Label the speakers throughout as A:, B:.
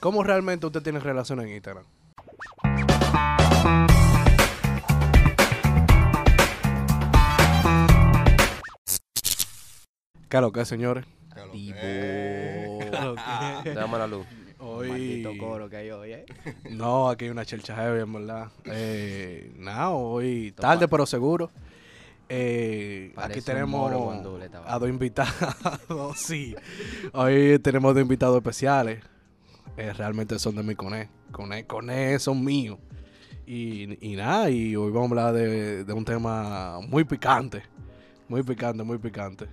A: ¿Cómo realmente usted tiene relaciones en Instagram? Claro que, señores.
B: Activo.
C: Dame la luz.
A: Hoy.
B: Maldito coro que hay hoy, ¿eh?
A: No, aquí hay una chelcha heavy, en verdad. Eh, nada, hoy tarde pero seguro. Eh, aquí
B: Parece un
A: tenemos
B: moro con doble tabaco.
A: a dos invitados. sí, hoy tenemos dos invitados especiales. Eh, realmente son de mi coné. Coné, coné son míos. Y, y nada, y hoy vamos a hablar de, de un tema muy picante. Muy picante, muy picante.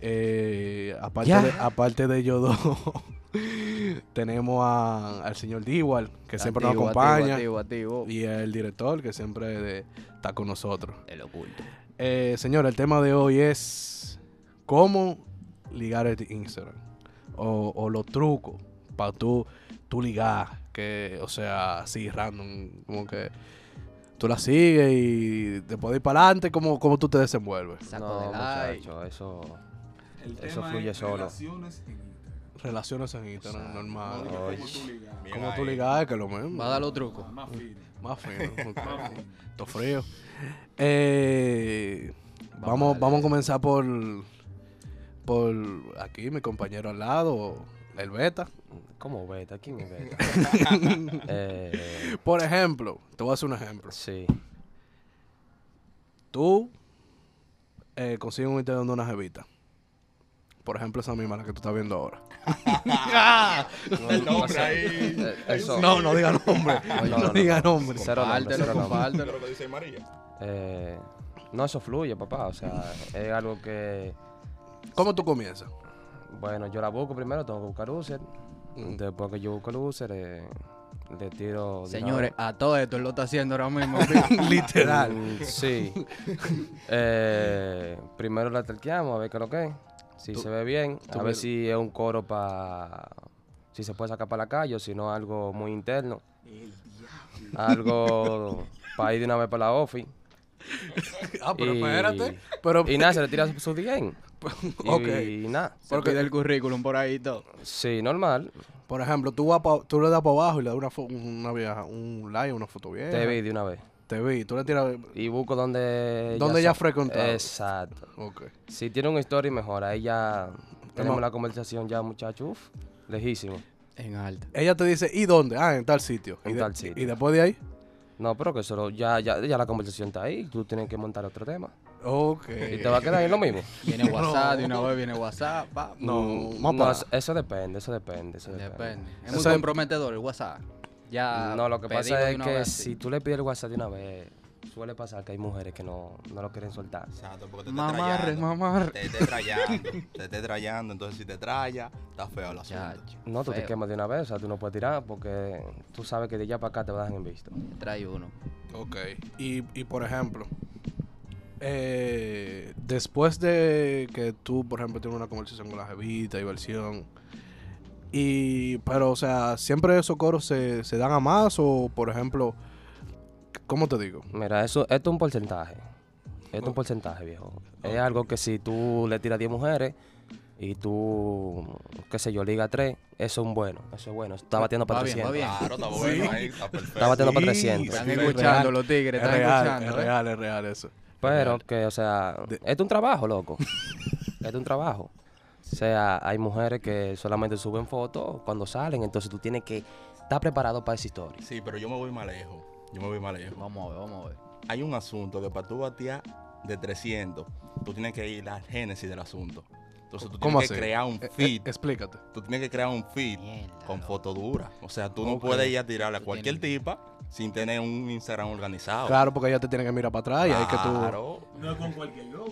A: Eh, aparte,
B: Ya.
A: de, aparte de ellos dos, tenemos a- al señor Diwal, que siempre nos
B: Activo,
A: acompaña,
B: Activo, activo, activo.
A: y el director, que siempre de- está con nosotros.
B: El oculto.
A: Eh, señor, el tema de hoy es cómo ligar el Instagram. O, o los trucos para tú, tú ligar. Que, o sea, así random. Como que tú la sigues y después de ir para adelante, ¿cómo, cómo tú te desenvuelves.
B: Saco
C: no,
B: de like.
C: muchacho, eso.
D: El
C: Eso
D: tema
C: fluye
D: es
C: solo.
D: relaciones en Instagram.
A: Relaciones en Instagram,
C: Exacto.
A: normal.
C: Ay.
D: Como tú ligas.
E: Bien
A: ¿Cómo tú
E: ahí.
A: ligas? Que lo mismo.
B: Va a dar los trucos.
D: Más fino.
A: Más fino. ok.
D: Más fino.
A: Todo frío. Eh,
B: Vamos
A: vamos,
B: a darle.
A: vamos a comenzar por, por aquí, mi compañero al lado, el beta.
C: ¿Cómo beta? ¿Quién es beta? eh,
A: Por ejemplo, te voy a hacer un ejemplo.
C: sí.
A: Tú eh, consigues un internet de una jevita. Por ejemplo, esa misma la que tú estás viendo ahora.
E: El nombre ahí.
C: Eh, Eso.
A: No, no diga nombre.
C: No, Ah,
A: No
C: no, no,
A: diga
C: no.
A: nombre.
C: Cero nombre,
B: Compártelo,
C: cero nombre.
B: compártelo.
E: Lo que dice María.
C: Eh, no, eso fluye, papá. O sea, es algo que.
A: ¿Cómo tú comienzas?
C: Bueno, yo la busco primero, tengo que buscar user.
A: Mm.
C: Después que yo busco el user, eh, le tiro. digamos,
B: Señores, a todo esto él lo está haciendo ahora mismo.
A: Literal.
C: Mm, Sí. Eh, primero la terqueamos a ver qué es lo que es. Si
A: Tú-
C: se ve bien,
A: tú
C: a
A: me-
C: ver si es un coro para. Si se puede sacar para la calle o si no, algo muy interno. Algo para ir de una vez para la office.
A: Ah, pero
C: Y-
A: espérate. Pero, mm,
C: Y nada, se le tira su- su DM. Y,
A: ok.
C: y nada.
B: Se pide el currículum por ahí y todo.
C: Sí, normal.
A: Por ejemplo, tú, vas pa- tú le das para abajo y le das una, fo- una vieja, un like, una foto bien.
C: Te vi de una vez.
A: Te vi, tú le tiras.
C: Y busco donde.
A: Donde ella
C: sa-
A: frecuentaba.
C: Exacto.
A: Ok.
C: Si tiene una historia mejor, ahí ya tenemos
A: Hemos-
C: la conversación ya, muchachos. Uf, lejísimo.
B: En alta.
A: Ella te dice, ¿y dónde? Ah, en tal sitio.
C: En
A: y de-
C: tal sitio.
A: Y después de ahí.
C: No, pero que solo ya, ya, ya la conversación está ahí, tú tienes que montar otro tema.
A: Ok.
C: Y te va a quedar en lo mismo.
B: Viene WhatsApp, de una vez viene WhatsApp. pa.
A: No,
C: Mm,
A: más para.
C: eso, eso depende, eso depende, eso depende.
B: Depende. Es
A: O
B: muy
A: sea,
B: comprometedor el WhatsApp. Ya
C: No, lo que
B: pedimos
C: pasa
B: de
C: es
B: una
C: que
B: vez
C: si
B: así.
C: tú le pides el WhatsApp de una vez, suele pasar que hay mujeres que no, no lo quieren soltar.
E: Exacto, porque te
B: Mamarre, mamarre.
E: Te esté trayando. te esté trayando. Entonces, si te traya, está feo la
B: Chacho,
C: No, tú te
B: feo.
C: quemas de una vez, o sea, tú no puedes tirar porque tú sabes que de allá para acá te van en visto.
B: Trae uno.
A: Ok. Y, y por ejemplo, eh, después de que tú, por ejemplo, tienes una conversación con la jevita, diversión. Y, pero, o sea, siempre esos coros se, se dan a más o, por ejemplo, ¿cómo te digo?
C: Mira, eso, esto es un porcentaje. Esto es
A: Oh.
C: un porcentaje, viejo. Es algo que si tú le tiras 10 mujeres y tú, qué sé yo, liga 3, eso es un bueno, eso es bueno. Está batiendo para
B: Va bien, va
C: 300.
B: bien.
E: Claro, está bueno ahí, está perfecto.
C: Está batiendo para
A: Pues Sí,
C: 300.
B: Están
A: es
B: escuchando
A: real.
B: los tigres,
A: es
B: están
A: real,
B: escuchando.
A: Es
B: ¿eh?
A: real, es real eso.
C: Pero que, o sea, es un trabajo, loco. es un trabajo. O sea, hay mujeres que solamente suben fotos cuando salen, entonces tú tienes que estar preparado para esa historia.
E: Sí, pero yo me voy más lejos. Yo me voy más lejos.
B: Vamos a ver, vamos a ver.
E: Hay un asunto que para tú batear de 300, tú tienes que ir al génesis del asunto. Entonces, tú
A: ¿Cómo
E: tienes que
A: así?
E: crear un
A: Eh, eh,
E: feed.
A: explícate.
E: Tú tienes que crear un feed
B: Mierda,
E: con
B: loco.
E: foto dura. O sea, tú no
A: Ok.
E: puedes ir a tirarle a
B: Tú
E: cualquier
B: tienes-
E: tipa sin tener un Instagram organizado.
A: Claro, porque ella te tiene que mirar para atrás y hay que tú.
E: Claro.
D: No es con cualquier yo.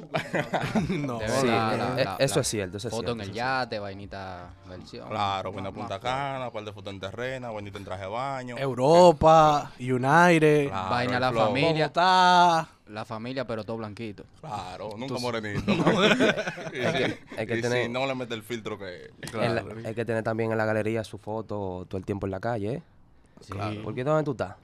A: No,
B: De
C: Sí,
B: verdad,
C: eh,
B: la-
C: eh,
B: la-
C: eso
B: la
C: es cierto, eso es
B: Foto en
C: cierto,
B: el
C: eso es
B: yate, vainita versión.
E: Claro, buena
B: Más- más
E: punta cana, par de fotos en terreno, bonito en traje de baño.
A: Europa, United,
E: Claro,
B: Vaina
E: el
B: la
E: flow.
B: familia.
A: Bogotá.
B: La familia, pero todo blanquito.
E: Claro, nunca morenito. Y si-
C: hay que
E: y
C: tener-
E: si no le mete el filtro que
C: En la-
A: Claro.
C: hay que tener también en la galería su foto todo el tiempo en la calle, ¿eh?
B: Sí.
C: Porque ¿dónde tú estás?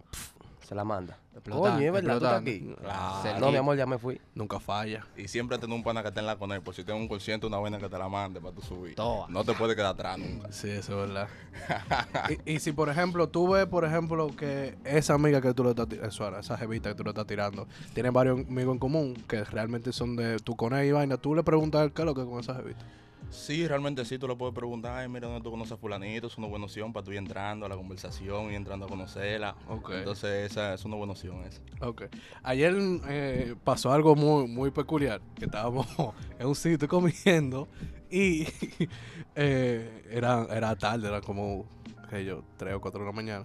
C: Se la manda.
B: Explotan,
C: Coño, es verdad, tú estás
B: explotan.
C: aquí.
E: Claro.
B: Se
C: No, mi
B: li-
C: amor, ya me fui.
A: Nunca falla.
E: Y siempre tener un pana que esté en la con él. Por si tengo un consciente, una vaina que te la mande para tú subir.
B: Toa.
E: No te puedes quedar atrás nunca.
A: Sí, eso es verdad. y, y si, por ejemplo, tú ves, por ejemplo, que esa amiga que tú le estás tirando, esa jevita que tú le estás tirando, tiene varios amigos en común que realmente son de tú con ella y vaina, tú le preguntas qué es lo que con esa jevita.
E: Sí, realmente sí, tú le puedes preguntar, ay, mira, ¿dónde tú conoces a fulanito? Es una buena opción para tú ir entrando a la conversación y entrando a conocerla.
A: Ok.
E: Entonces, esa es una buena opción esa.
A: Ok. Ayer eh, pasó algo muy, muy peculiar, que estábamos en un sitio comiendo y eh, era, era tarde, era como, qué sé yo, 3 o 4 de la mañana.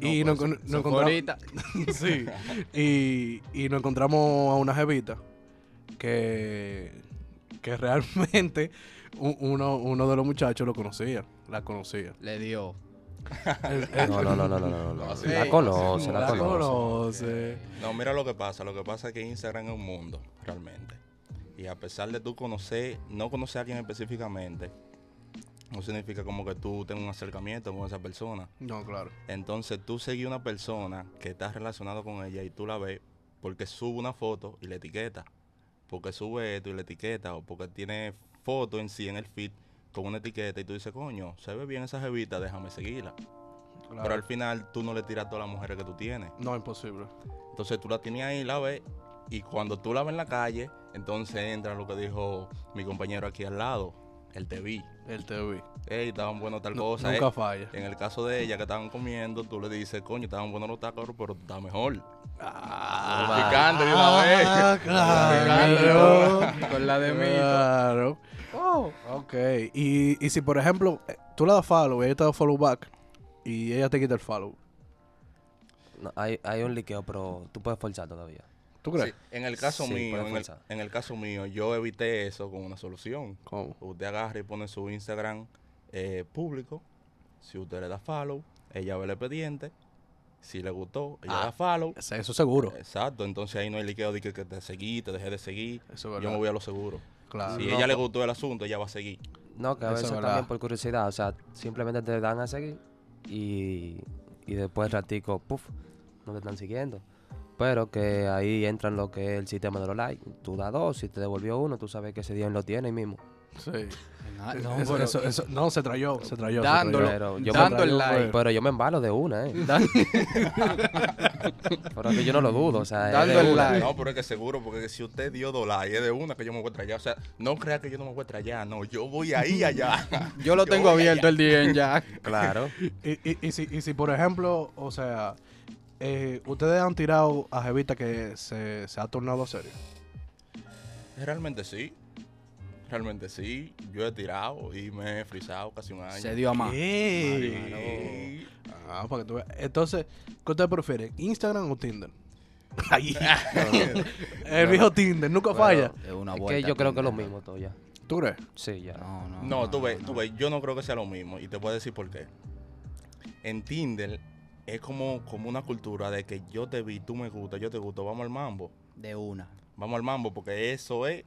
A: y
E: No,
A: nos,
E: pues,
A: nos
B: Eso fue
A: encontramos-
B: ahorita.
A: sí. Y, y nos encontramos a una jevita que, que realmente u- uno, uno de los muchachos lo conocía, la conocía.
B: Le dio.
A: El- el-
C: No, no, no, no, no, no. no.
E: así
C: La
E: no.
C: conoce,
A: la
C: la conoce.
A: conoce.
E: No, mira lo que pasa. Lo que pasa es que Instagram es un mundo, realmente. Y a pesar de tú conocer, no conocer a alguien específicamente, no significa como que tú tengas un acercamiento con esa persona.
A: No, claro.
E: Entonces tú seguís una persona que estás relacionado con ella y tú la ves porque sube una foto y la etiqueta. Porque sube esto y la etiqueta. O porque tiene foto en sí en el feed con una etiqueta y tú dices, coño, se ve bien esa jevita, déjame seguirla.
A: claro.
E: Pero al final tú no le tiras a todas las mujeres que tú tienes.
A: No, imposible.
E: Entonces tú la tienes ahí, la ves, y cuando tú la ves en la calle, entonces entra lo que dijo mi compañero aquí al lado, el te vi.
A: El TV.
E: Ey, estaban buenos tal
A: Nu-
E: cosa.
A: nunca
E: eh.
A: falla.
E: En el caso de ella que estaban comiendo, tú le dices, coño, estaban buenos los tacos, pero tú estás mejor.
A: Ah,
E: Picante de una vez.
A: claro.
B: Con la de mí. Oh.
A: Claro. Ok. Y, y si, por ejemplo, eh, tú le das follow, ella te da follow back y ella te quita el follow,
C: No, hay, hay un liqueo, pero tú puedes forzar todavía.
A: ¿tú crees?
E: Sí, en el caso
C: Sí,
E: mío,
C: puedes
E: en el,
C: forzar.
E: en el caso mío, yo evité eso con una solución.
A: ¿Cómo?
E: Usted agarra y pone su Instagram eh, público. Si usted le da follow, ella ve el expediente. Si le gustó, ella
A: Ah,
E: da follow.
A: Eso eso seguro.
E: Exacto, entonces ahí no hay liqueo de que, que te seguí, te dejé de seguir.
A: Eso es verdad.
E: Yo me voy a lo seguro.
A: Claro.
E: si a ella le gustó el asunto, ella va a seguir.
C: No, que a
A: Eso
C: veces
A: es verdad.
C: también por curiosidad, o sea, simplemente te dan a seguir y, y después ratico, puff, no te están siguiendo. Pero que ahí entran lo que es el sistema de los likes. Tú das dos, si te devolvió uno, tú sabes que ese día él lo tiene ahí mismo.
A: Sí.
B: Ah, No,
A: No, Ah, eso,
B: pero-
A: eso- eso- no, se trayó, se trayó. se
B: Dándolo.
A: trayó.
C: Pero yo,
B: Dando
C: me,
B: el like.
C: pero yo me embalo de una, ¿eh?
B: Dan-
C: Pero que yo no lo dudo, o sea, es de
B: Dando el
C: una.
B: like.
E: No, pero es que seguro, porque si usted dio dólares, es de una que yo me voy a traer. O sea, no crea que yo no me voy a traer, no, yo voy ahí allá.
B: Yo lo tengo
E: voy allá.
B: abierto el DM ya.
C: Claro.
A: Y, y- y si, y si, por ejemplo, o sea, eh, ustedes han tirado a Jevita que se, se ha tornado serio.
E: Realmente sí. Realmente sí. Yo he tirado y me he frisado casi un año.
B: Se dio a más.
A: ¿Qué?
E: Sí.
A: Ah, para que tú veas. Entonces, ¿qué ustedes prefieren? ¿Instagram o Tinder? Ahí. El viejo Tinder, nunca falla.
B: Es una
C: Es que
B: vuelta
C: yo creo que es lo
B: también.
C: mismo todo ya.
A: ¿Tú crees?
C: Sí, ya.
B: No, no.
E: No, tú ves,
B: no.
E: tú ves, yo no creo que sea lo mismo y te voy a decir por qué. En Tinder es como, como una cultura de que yo te vi, tú me gustas, yo te gusto, vamos al mambo.
B: De una.
E: Vamos al mambo porque eso es,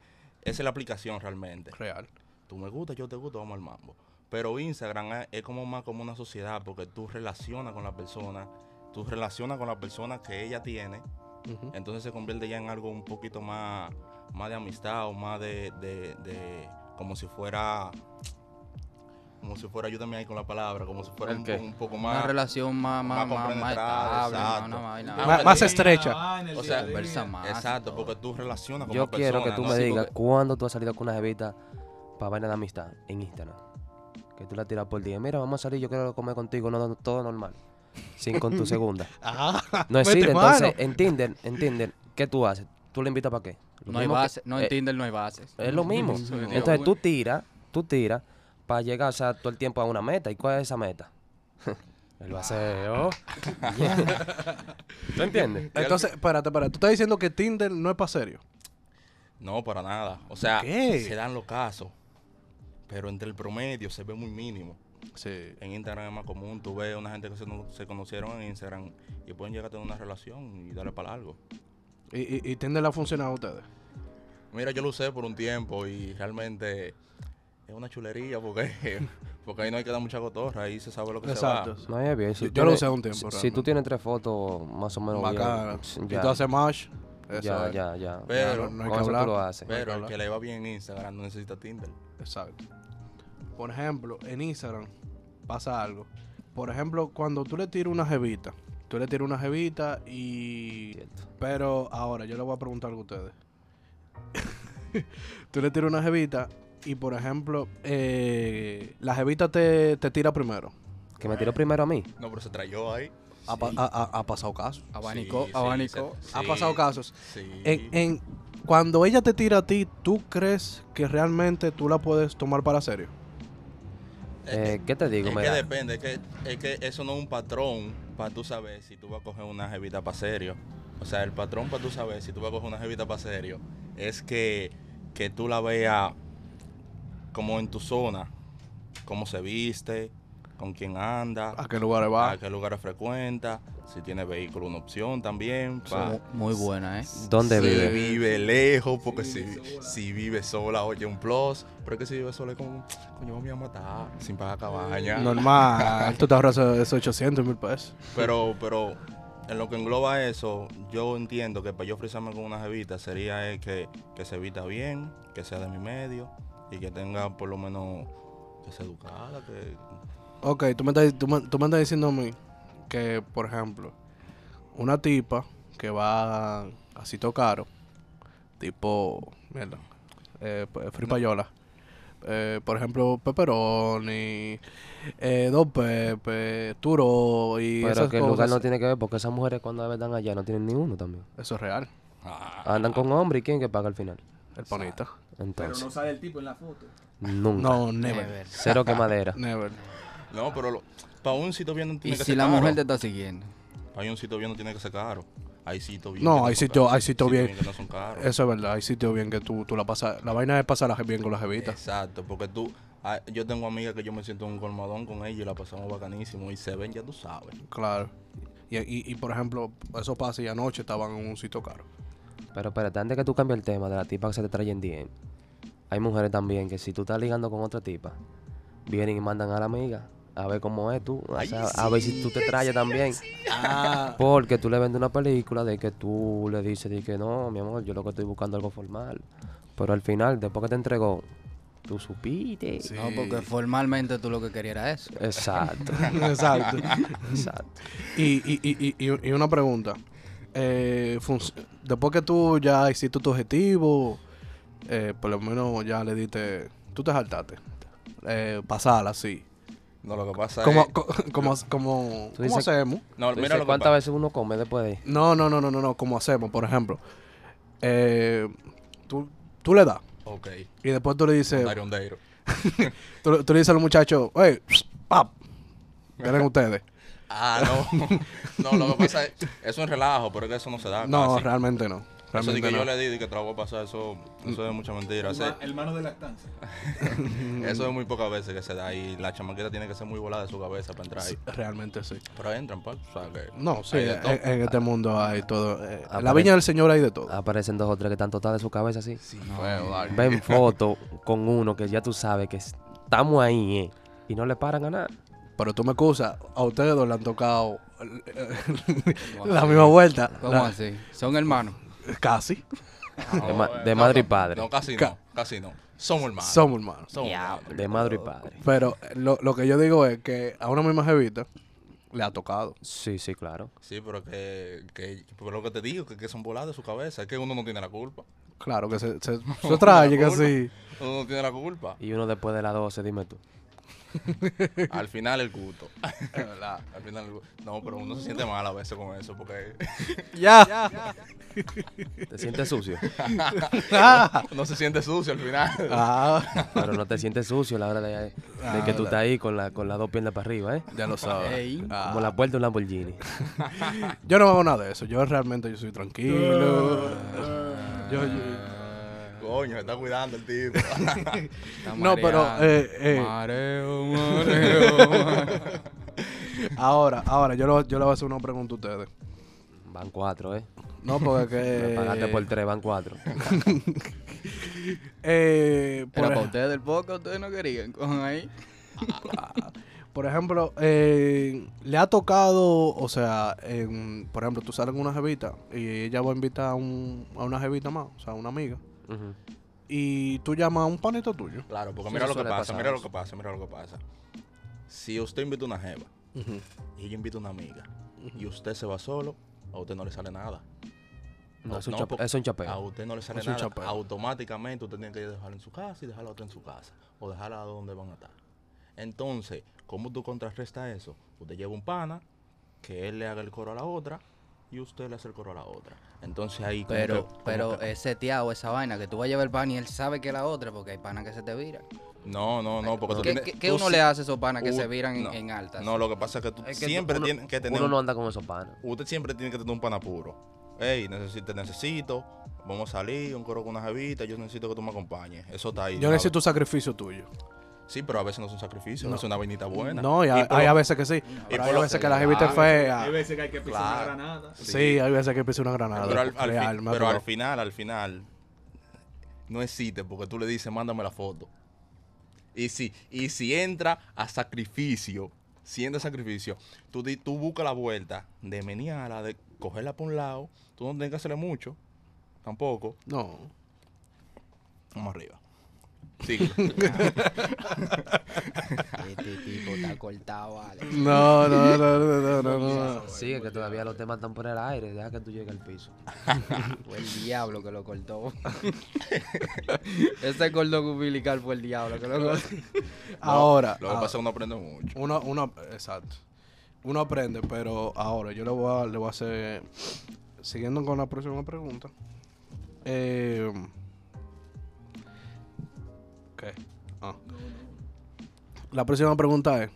E: esa es la aplicación realmente.
A: Real.
E: Tú me gustas, yo te gusto, vamos al mambo. Pero Instagram es, es como más como una sociedad porque tú relacionas con la persona, tú relacionas con la persona que ella tiene
A: Ujú.
E: entonces se convierte ya en algo un poquito más, más de amistad o más de, de- de- como si fuera, como si fuera, ayúdame ahí con la palabra, como si fuera
B: ¿El
E: un,
B: qué?
E: un poco
B: una
E: más.
B: relación más, más,
E: más
B: más, más
E: compenetrada,
B: estable, una-
E: exacto.
B: una vaina.
E: Ah,
A: Ma-
E: bueno,
A: más
E: sí,
A: estrecha.
E: O sea,
B: Conversa más.
E: Exacto,
B: y todo.
E: porque tú relacionas con
C: Yo
E: una
C: quiero que
E: persona,
C: tú
E: ¿no?
C: me
E: Sí,
C: digas
E: porque-
C: cuándo tú has salido con una jevita para vaina de amistad en Instagram. Que tú la tiras por día. Mira, vamos a salir, yo quiero comer contigo, no, no, todo normal. Sin con tu segunda.
A: Ajá.
C: No
A: Mete
C: existe, entonces,
A: Ah, mano.
C: en Tinder, en Tinder, ¿qué tú haces? ¿Tú la invitas para qué? Lo
B: No hay
C: mismo que-
B: bases. No, en
C: eh,
B: Tinder no hay bases.
C: Es lo mismo.
B: Sí, digo,
C: Entonces tú
B: bueno.
C: tiras, tú tiras para llegar, o sea, todo el tiempo a una meta. ¿Y cuál es esa meta? El baseo. oh. ¿Tú entiendes?
A: Entonces, espérate, espérate. Tú estás diciendo que Tinder no es para serio.
E: No, para nada. O sea,
A: ¿Qué?
E: se dan los casos, pero entre el promedio se ve muy mínimo.
A: Sí.
E: En Instagram es más común, tú ves una gente que se, no- se conocieron en Instagram y pueden llegar a tener una relación y darle para algo.
A: ¿Y, y, y Tinder le ha funcionado a ustedes?
E: Mira, yo lo usé por un tiempo y realmente es una chulería porque Porque ahí no hay que dar mucha cotorra, ahí se sabe lo que
A: Exacto.
E: se va.
C: No es bien. Si
A: Yo-
C: tú
A: yo lo
C: tienes-
A: usé un tiempo,
C: Si, si tú
A: realmente.
C: tienes tres fotos más o menos. bien,
A: Bacana.
C: ya,
A: Y tú haces mash.
C: ya,
A: Eso es.
C: ya, ya.
A: no,
E: Pero,
C: Con
A: hay que
C: eso tú
A: hablar.
C: lo haces.
A: hay que
E: pero el
A: hablar.
E: que le va bien en Instagram no necesita Tinder.
A: Exacto. Por ejemplo, en Instagram pasa algo. Por ejemplo, cuando tú le tiras una jevita, tú le tiras una jevita y.
C: Cierto.
A: Pero ahora, yo le voy a preguntar algo a ustedes. tú le tiras una jevita y, por ejemplo, eh, la jevita te, te tira primero.
C: Que me tiró primero a mí.
E: No, pero se trayó ahí.
A: Ha, pa- ha- ha- ha pasado casos.
B: Abanico,
E: Sí, sí,
B: abanico.
E: se-
A: Ha
E: sí,
A: pasado casos.
E: Sí.
A: En, en- cuando ella te tira a ti, ¿tú crees que realmente tú la puedes tomar para serio?
E: Eh,
C: Eh, ¿Qué te digo?
E: es que
C: Mira,
E: depende, es que, es que eso no es un patrón para tú saber si tú vas a coger una jevita para serio. O sea, el patrón para tú saber si tú vas a coger una jevita para serio es que, que tú la veas como en tu zona, cómo se viste, con quién anda,
A: ¿A qué lugar
E: a
A: va?
E: qué lugares frecuenta, si tiene vehículo, una opción también. pa-
B: Muy buena, ¿eh?
C: ¿dónde
E: si
C: vive?
E: vive lejos, porque si,
D: vive sola.
E: si vive sola, oye, un plus. Pero es que si vive sola es como, coño, me voy a matar sin pagar cabaña.
A: Normal. tú te ahorras esos 800 mil pesos.
E: Pero, pero, en lo que engloba eso, yo entiendo que para yo frisarme con una jevita sería eh, que, que se evita bien, que sea de mi medio y que tenga por lo menos que sea educada, que
A: Ok, tú me, estás, tú, me, tú me estás diciendo a mí que, por ejemplo, una tipa que va así todo caro, tipo, mierda, eh, p- Free Payola, eh, por ejemplo, pepperoni, eh, dos pepe, turo y
C: Pero
A: esas
C: que el lugar
A: cosas.
C: no tiene que ver porque esas mujeres cuando están allá no tienen ninguno también.
A: Eso es real,
C: Andan con hombre y quién que paga al final.
A: el panita.
D: Pero no
C: Entonces,
D: sale el tipo en la foto.
C: nunca.
A: No, never.
B: Never.
C: Cero quemadera.
A: Never.
E: No, pero lo- para un sitio bien no
B: Y
E: tiene que
B: si
E: ser
B: la
E: caro.
B: mujer te está siguiendo.
E: Para un sitio bien no tiene que ser caro. Hay sitios bien.
A: No,
E: que son
A: hay sitio-
E: caros.
A: hay sitio bien.
E: que no son caros.
A: Eso es verdad, hay sitios bien que tú, tú la pasas. La vaina es pasarla bien con las jevitas.
E: Exacto, porque tú. ah, Yo tengo amigas que yo me siento en un colmadón con ella y la pasamos bacanísimo y se ven, ya tú sabes.
A: Claro. Y, y, y, por ejemplo, eso pasa y anoche estaban en un sitio caro.
C: Pero espérate, antes que tú cambies el tema de la tipa que se te trae en DM, hay mujeres también que si tú estás ligando con otra tipa, vienen y mandan a la amiga a ver cómo es tú, o
E: Ay,
C: sea,
E: sí, Ah.
C: a ver si tú te traes también. Porque tú le vendes una película de que tú le dices de que no, mi amor, yo lo que estoy buscando es algo formal. Pero al final, después que te entregó, tú supiste.
A: Sí.
B: No, porque formalmente tú lo que querías era eso.
C: Exacto,
A: Exacto.
C: exacto.
A: Y, y, y, y- y, y una pregunta. Eh, func- después que tú ya hiciste tu objetivo, eh, por lo menos ya le diste. Tú te saltaste. Eh, pasala así.
E: No, lo que pasa
A: Como,
E: es.
A: co- como, como, ¿Cómo
C: Tú dices-
A: hacemos?
E: No,
C: Tú
E: mira
C: dices,
E: lo que
C: ¿Cuántas
E: pasa.
C: veces uno come después de ahí?
A: No, no, no, no, no, no. ¿Cómo hacemos? Por ejemplo, eh, tú, tú le das
E: Ok,
A: y después tú le dices.
E: Dario Ondeiro.
A: Tú, tú le dices al muchacho, hey, pap, vienen ustedes.
E: Ah, no. no, lo que pasa es. Eso es un relajo, pero es que eso no se da.
A: No,
E: casi.
A: realmente no.
E: Ah, Eso de
A: Realmente
E: que
A: no.
E: yo le di y que te lo voy a pasar, eso, eso es mucha mentira.
D: El
E: ese-
D: ma- el mano de lactancia.
E: eso es muy pocas veces que se da y la chamaquita tiene que ser muy volada de su cabeza para entrar ahí.
A: Sí, realmente sí.
E: Pero entran, pa. O sea, que
A: No, sí,
E: hay de
A: en,
E: todo. Ah,
A: en este mundo hay todo. eh, en la
C: Aparece-
A: viña del Señor hay de todo.
C: Aparecen dos o tres que están total de su cabeza así.
E: Feo, Dario.
C: ven foto con uno que ya tú sabes que estamos ahí, eh, y no le paran a nada.
A: Pero tú me excusas, a ustedes dos le han tocado eh, la misma vuelta.
B: ¿Cómo
A: La-
B: así? Son hermanos.
A: Casi.
C: de ma- de madre y padre.
E: No, casi
A: Ca-
E: no, casi no. Somos hermanos.
A: Somos hermanos.
E: Somos hermanos.
C: De madre y padre.
A: Pero eh, lo, lo que yo digo es que a una misma jevita le ha tocado.
C: Sí, sí, claro.
E: Sí, pero que, que pero lo que te digo, que, que son voladas de su cabeza, es que uno no tiene la culpa.
A: Claro que se, se, se trae, que
E: Uno-
A: sí.
E: Uno no tiene la culpa.
C: Y uno después de las 12, dime tú.
E: Al final el gusto.
A: Es verdad.
E: Al final el gusto. No, pero uno se siente mal a veces con eso, porque
A: Ya.
C: Te sientes sucio,
E: uno se siente sucio al final.
A: Ah,
C: pero no te sientes sucio a la hora de, de que tú estás ahí con, la, con las dos piernas para arriba, ¿eh?
A: ya lo sabes.
B: Ey.
A: Ah.
C: Como la puerta de un Lamborghini.
A: Yo no hago nada de eso. Yo realmente yo soy tranquilo. Yo- yo- Ah.
E: Coño, se está cuidando el tipo.
B: Está
A: No, pero
B: mareado.
A: eh, eh,
B: Mareo, mareo, mareo.
A: ahora, ahora, yo, lo- yo le voy a hacer una pregunta a ustedes.
C: Van cuatro, ¿eh?
A: No, porque
E: Eh.
C: Me pagaste por
A: que...
C: tres, van cuatro.
A: eh, por
B: Pero para
A: ej- eh,
B: ustedes del poco, ustedes no querían. Cojan ahí.
A: Por ejemplo, eh, le ha tocado, o sea, en- por ejemplo, tú sales con una jevita y ella va a invitar a, un- a una jevita más, o sea, a una amiga,
C: Ujú.
A: y tú llamas a un panito tuyo.
E: Claro, porque
C: Sí,
E: mira
C: eso
E: lo que
C: suele
E: pasa,
C: pasar,
E: mira lo
C: eso.
E: que pasa, mira lo que pasa. Si usted invita una jeva y ella invita una amiga y usted se va solo, a usted no le sale nada.
C: No,
E: A-
C: es un,
E: no,
C: chape-
E: porque
C: es un
E: A
C: chapeo.
E: usted no le sale
A: Es un
E: nada.
A: chapeo.
E: Automáticamente usted tiene que dejarla en su casa y dejarla otra en su casa. O dejarla donde van a estar. Entonces, ¿cómo tú contrarrestas eso? Usted lleva un pana, que él le haga el coro a la otra y usted le hace el coro a la otra. Entonces ahí como
B: Pero,
E: que- como
B: pero eh,
E: que-
B: es seteado esa vaina, que tú vas a llevar el pan y él sabe que es la otra, porque hay panas que se te viran.
E: No, no, no, porque tú
B: ¿Qué,
E: tienes-
B: qué- qué
E: tú
B: uno
E: sí-
B: le hace a esos panas que
E: u-
B: se viran en-
E: no,
B: en alta?
E: No, lo que pasa es que tú
C: Es que
E: siempre
C: uno-
E: tienes que tener
C: Uno
E: un-
C: no anda con esos panas.
E: usted siempre tiene que tener un pana puro. Ey, necesito, te necesito, vamos a salir, un coro con una jevita, yo necesito que tú me acompañes. Eso está ahí.
A: Yo
E: A
A: necesito un sacrificio tuyo.
E: ver- Sí, pero a veces no es un sacrificio,
A: No.
E: es una vainita buena.
A: No, y a-
E: por
A: hay
E: lo-
A: a veces que sí. pero hay
E: por lo-
A: veces que la jevita es
E: Ah,
A: fea.
D: Hay veces que hay que pisar
E: Claro.
D: una granada.
A: Sí. hay veces que pisa una granada.
E: Pero, al, al fin-
A: Real, me ha
E: pero al
A: tocado.
E: final, al final, no existe porque tú le dices, mándame la foto. Y si, y si entra a sacrificio, si entra a sacrificio, tú, di- tú buscas la vuelta de menearla, de cogerla por un lado, tú no tienes que hacerle mucho, tampoco.
A: No.
E: Vamos arriba. Síguelo.
B: Este tipo está cortado, vale.
A: No, no, no, no, no, no, no.
C: Sigue, que todavía los temas están por el aire. Deja que tú llegues al piso.
B: Fue el diablo que lo cortó. Ese cordón umbilical fue el diablo que lo cortó.
A: Ahora.
E: Lo
A: ah,
E: que pasa es que uno aprende mucho.
A: Uno, uno, exacto. Uno aprende, pero ahora yo le voy a, le voy a hacer, siguiendo con la próxima pregunta. Eh, ¿Qué? Ah. La próxima pregunta es,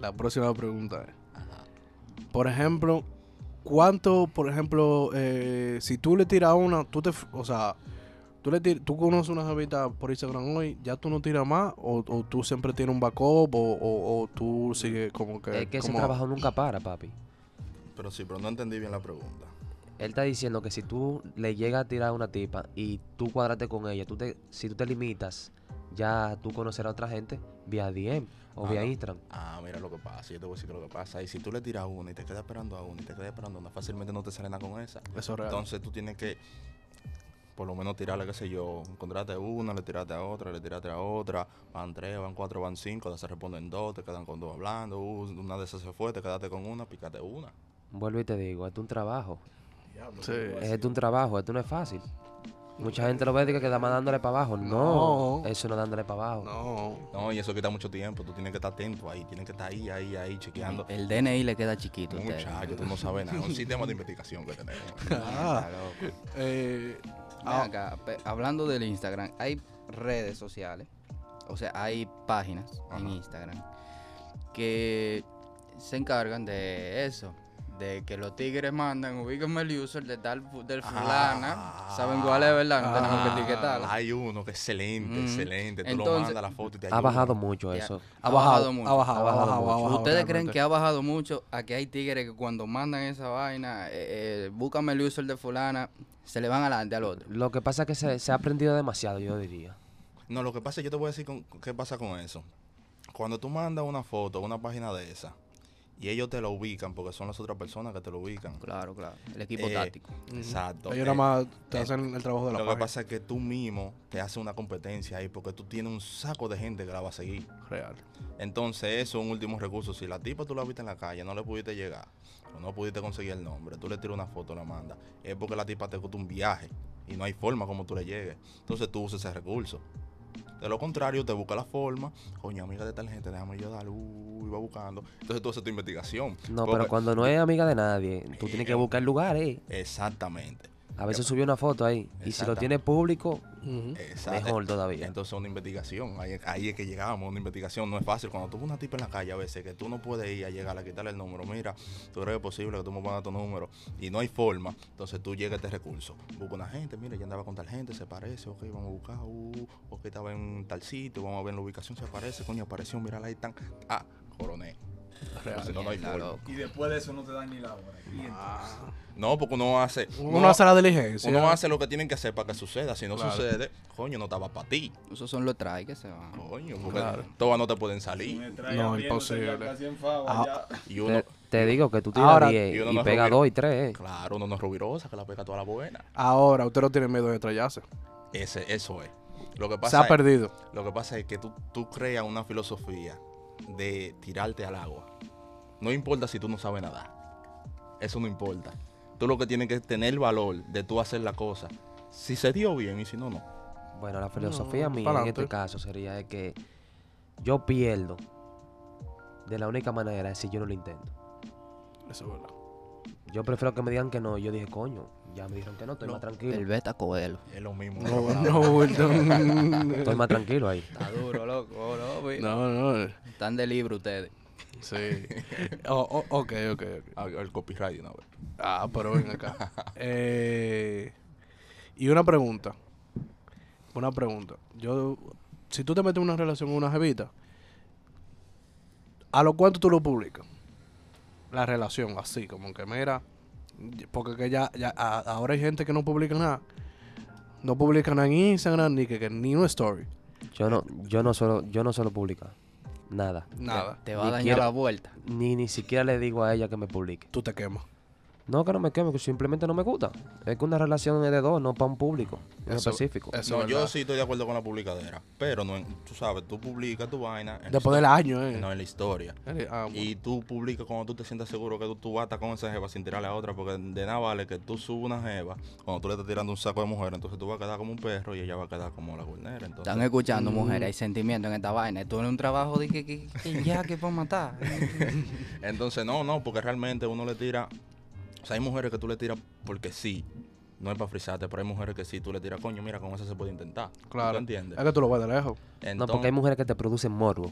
A: la próxima pregunta es, por ejemplo, ¿cuánto, por ejemplo, eh, si tú le tiras una, tú te, f- o sea, tú le tir- tú conoces una jevita por Instagram hoy, ya tú no tiras más, o, o tú siempre tienes un backup, o, o, o tú sigues como que...
C: Es que ese
A: como-
C: trabajo nunca para, papi.
E: Pero sí, pero no entendí bien la pregunta.
C: Él está diciendo que si tú le llegas a tirar a una tipa y tú cuadraste con ella, tú te, si tú te limitas, ya tú conocerás a otra gente vía DM o
E: Ah,
C: vía
E: no.
C: Instagram.
E: Ah, mira lo que pasa. Yo te voy a decir que lo que pasa. Y si tú le tiras a una y te quedas esperando a una y te quedas esperando a una, fácilmente no te sale nada con esa.
A: Eso es real.
E: Entonces tú tienes que, por lo menos tirarle, qué sé yo, encontrarte una, le tiraste a otra, le tiraste a otra, van tres, van cuatro, van cinco, de esas responden dos, te quedan con dos hablando, uh, una de esas se fue, te quedaste con una, pícate una.
C: Vuelvo y te digo, esto es un trabajo.
A: Sí.
C: Es Esto es un trabajo, esto no es fácil. Mucha gente lo ve y dice que está más dándole para abajo. No,
A: No.
C: eso no es dándole para abajo.
A: No.
E: No, y eso quita mucho tiempo, tú tienes que estar atento ahí, tienes que estar ahí, ahí, ahí, chequeando.
B: El DNI le queda chiquito. a usted.
E: Muchacho, tú no sabes nada, es un sistema de investigación que tenemos.
A: Ah, eh,
B: Ven
A: ah,
B: acá, pe- hablando del Instagram, hay redes sociales, o sea, hay páginas en
E: Ajá.
B: Instagram que se encargan de eso, de que los tigres mandan, ubíquenme el user de tal fu- del fulana,
E: Ah.
B: saben cuál es, ¿verdad? No tenemos que
A: Ah,
B: etiquetarla.
E: Hay uno que es excelente,
B: Mm.
E: excelente, tú lo
B: Entonces-
E: mandas la foto y te
C: Ha
E: ayuda.
C: bajado mucho
B: Ya.
C: pues eso.
A: ha bajado,
B: mucho.
A: ha bajado,
C: ha bajado
A: ha bajado, ha
C: mucho.
A: bajado
B: ¿Ustedes creen
A: realmente.
B: que ha bajado mucho a que hay tigres que cuando mandan esa vaina, eh, eh, búscame el user de fulana, se le van adelante al otro?
C: Lo que pasa es que se, se ha aprendido demasiado, yo diría.
E: No, lo que pasa, yo te voy a decir con- qué pasa con eso. Cuando tú mandas una foto a una página de esa y ellos te lo ubican, porque son las otras personas que te lo ubican.
B: Claro, claro. El equipo
E: Eh,
B: táctico.
E: Exacto.
A: Ellos
E: eh,
A: nada más te hacen el trabajo de la
E: lo que
A: página.
E: pasa es que tú mismo te haces una competencia ahí porque tú tienes un saco de gente que la va a seguir.
A: Real.
E: Entonces, eso es un último recurso. Si la tipa tú la viste en la calle, no le pudiste llegar o no pudiste conseguir el nombre, tú le tiras una foto, la mandas. Es porque la tipa te costó un viaje y no hay forma como tú le llegues. Entonces, tú usas ese recurso. De lo contrario, te busca la forma. Coño, amiga de tal gente, déjame yo dar. Uy, va buscando. Entonces, tú haces tu investigación.
C: No,
E: Porque-
C: pero cuando no es amiga de nadie, tú tienes que
E: Eh,
C: buscar lugares.
E: Exactamente.
C: A veces subió una foto ahí. Y si lo
E: Exactamente.
C: tiene público,
E: Exacto.
C: Mejor todavía.
E: Entonces una investigación. Ahí, ahí es que llegamos, una investigación. No es fácil. Cuando tú ves una tipa en la calle a veces que tú no puedes ir a llegar a quitarle el número. Mira, tú crees que es posible que tú me puedas dar tu número. Y no hay forma. Entonces tú llegas a este recurso. Busca una gente, mira, ya andaba con tal gente, se parece, ok, vamos a buscar, uh, ok, estaba en tal sitio, vamos a ver la ubicación, se aparece, coño, apareció, mira ahí están. Ah, coroné. porque si no, no hay
B: Mierda,
E: forma.
B: loco.
D: Y después de eso no te dan ni la hora. Y entonces,
E: No, porque uno hace.
A: Uno hace la diligencia.
E: uno hace lo que tienen que hacer para que suceda. Si no
A: Claro.
E: sucede, coño, no estaba para ti.
B: Esos son los trajes que se van.
E: Coño, porque todas no te pueden
D: si me
E: salir.
D: traes
A: No,
D: abriéndote
A: imposible.
D: ya casi en fava,
A: Ah.
D: ya.
E: Y uno,
C: Te, te digo que tú
A: Ahora-
C: tiras
E: y
C: 10
E: uno
C: y,
E: no es
C: pega
E: rubio.
C: 2 y 3.
E: claro, uno no es rubirosa, que la pega toda la buena.
A: Ahora, usted no tiene miedo de estrellarse.
E: Ese, eso es. Lo que
A: Se
E: pasa
A: ha
E: es-
A: perdido.
E: Lo que pasa es que tú, tú creas una filosofía de tirarte al agua. No importa si tú no sabes nadar. Eso no importa. Tú lo que tienes que es tener el valor de tú hacer la cosa. Si se dio bien y si no, no.
C: Bueno, la filosofía
A: No,
C: mía en
A: pa'lante.
C: este caso sería de que yo pierdo de la única manera es si yo no lo intento.
A: Eso es verdad.
C: Yo prefiero que me digan que no. Yo dije, coño, ya me dijeron que no, estoy más
B: El
C: tranquilo.
B: beta coelho.
E: Es lo mismo.
A: No, no, Wilton.
C: Estoy más tranquilo ahí.
B: Está duro, loco. loco.
A: No, no.
B: Están de libro ustedes.
A: Sí. Oh, oh, ok, ok, ok.
E: Ah, El copyright de una vez.
A: Ah, pero ven acá. Eh, y una pregunta. Una pregunta. Yo, si tú te metes en una relación con una jevita, ¿a lo cuánto tú lo publicas? La relación, así, como que mira. y- Porque que ya, ya a- ahora hay gente que no publica nada. No publica nada en Instagram, ni que, que- ni una story.
C: Yo no, yo no solo, yo no solo publicar. Nada.
A: Nada.
B: Te va
C: Ni
B: a dañar
C: quiero-
B: la vuelta.
C: Ni ni siquiera le digo a ella que me publique.
A: Tú te quemas.
C: No que no me queme, que simplemente no me gusta. Es que una relación es de dos, no para un público en
A: Eso-
C: específico.
A: Eso
E: no,
A: es
E: yo
A: verdad.
E: sí estoy de acuerdo con la publicadera. Pero no, en- tú sabes, tú publicas tu vaina. en la
A: Después del
E: historia,
A: año, eh.
E: No en la historia.
A: Ah, bueno.
E: Y tú publicas cuando tú te sientas seguro que tú, tú vas a estar con esa jeva sin tirarle a otra, porque de nada vale que tú subas una jeva cuando tú le estás tirando un saco de mujer, entonces tú vas a quedar como un perro y ella va a quedar como la gurnera. Entonces,
B: Están escuchando,
A: Mm.
B: mujeres, hay sentimientos en esta vaina. Esto es un trabajo de que, que, que ya, que para matar.
E: entonces, no, no, porque realmente uno le tira. O sea, hay mujeres que tú le tiras porque sí, no es para frisarte, pero hay mujeres que sí, tú le tiras, coño, mira, con esa se puede intentar.
A: claro.
E: ¿Tú entiendes?
A: Es que tú lo vas de lejos.
C: No, porque hay
E: Entonces-
C: mujeres que te producen morbo.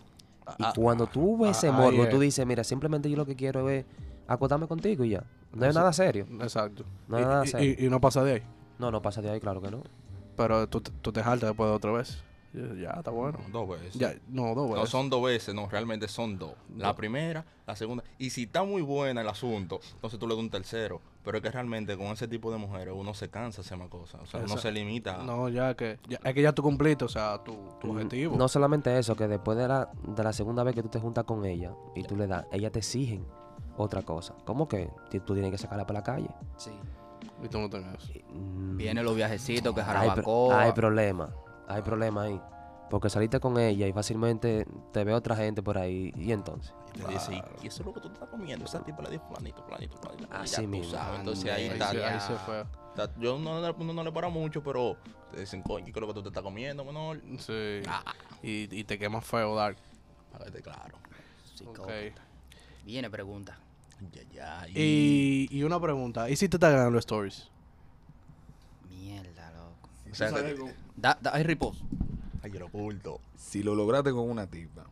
C: Y cuando tú ves
A: ah,
C: ese
A: ahí
C: morbo,
A: es.
C: tú dices, mira, simplemente yo lo que quiero es acotarme contigo y ya. No es nada serio.
A: Exacto.
C: No,
A: Y-
C: nada
A: y-
C: serio.
A: y- y no pasa de ahí.
C: No, no pasa de ahí, claro que no.
A: Pero tú, te- tú te jaltas después de otra vez. Ya, ya, está bueno.
E: dos veces.
A: Ya, no, dos
E: No
A: veces.
E: son dos veces, no, realmente son dos. La
A: Dos.
E: primera, la segunda. Y si está muy buena el asunto, entonces tú le das un tercero. Pero es que realmente con ese tipo de mujeres uno se cansa de hacer más cosas. O sea, uno
A: Esa-
E: se limita. a-
A: No, ya que. ya- es que ya tú cumpliste, o sea, tu, tu objetivo.
C: Mm, No solamente eso, que después de la, de la segunda vez que tú te juntas con ella y tú le das, ella te exigen otra cosa. ¿Cómo que Ti- tú tienes que sacarla para la calle?
B: Sí.
A: Y tú no tenés eso.
C: Mm,
B: Vienen los viajecitos, que
C: hay, pro-
B: jarabacoa.
C: hay problema, hay problema ahí. Porque saliste con ella y fácilmente te ve otra gente por ahí y entonces.
E: Y te dice, y eso es lo que tú te estás comiendo. Esa tipa le dijo planito, planito, planito. y
C: Así
E: ya tú
C: mismo.
E: sabes. Entonces
B: Ande,
E: ahí
A: Ahí,
E: está.
A: se, ahí
B: ya.
A: se fue.
E: está- yo no, le- uno no le para mucho, pero te dicen, coño, ¿qué es lo que tú te estás comiendo, menor?
A: Sí.
E: Ah.
A: Y, y te quemas feo, Dark.
E: A ver, claro.
B: Psicópata.
A: Ok.
B: Viene pregunta.
E: Ya, ya.
A: Y, y una pregunta. ¿Y si te están ganando stories?
B: Mierda, loco.
D: Si
E: O
D: tú
E: sea, que-
D: sales con-
B: Da, da, hay reposo.
E: Ay, yo lo oculto.
D: si lo lograste con una tipa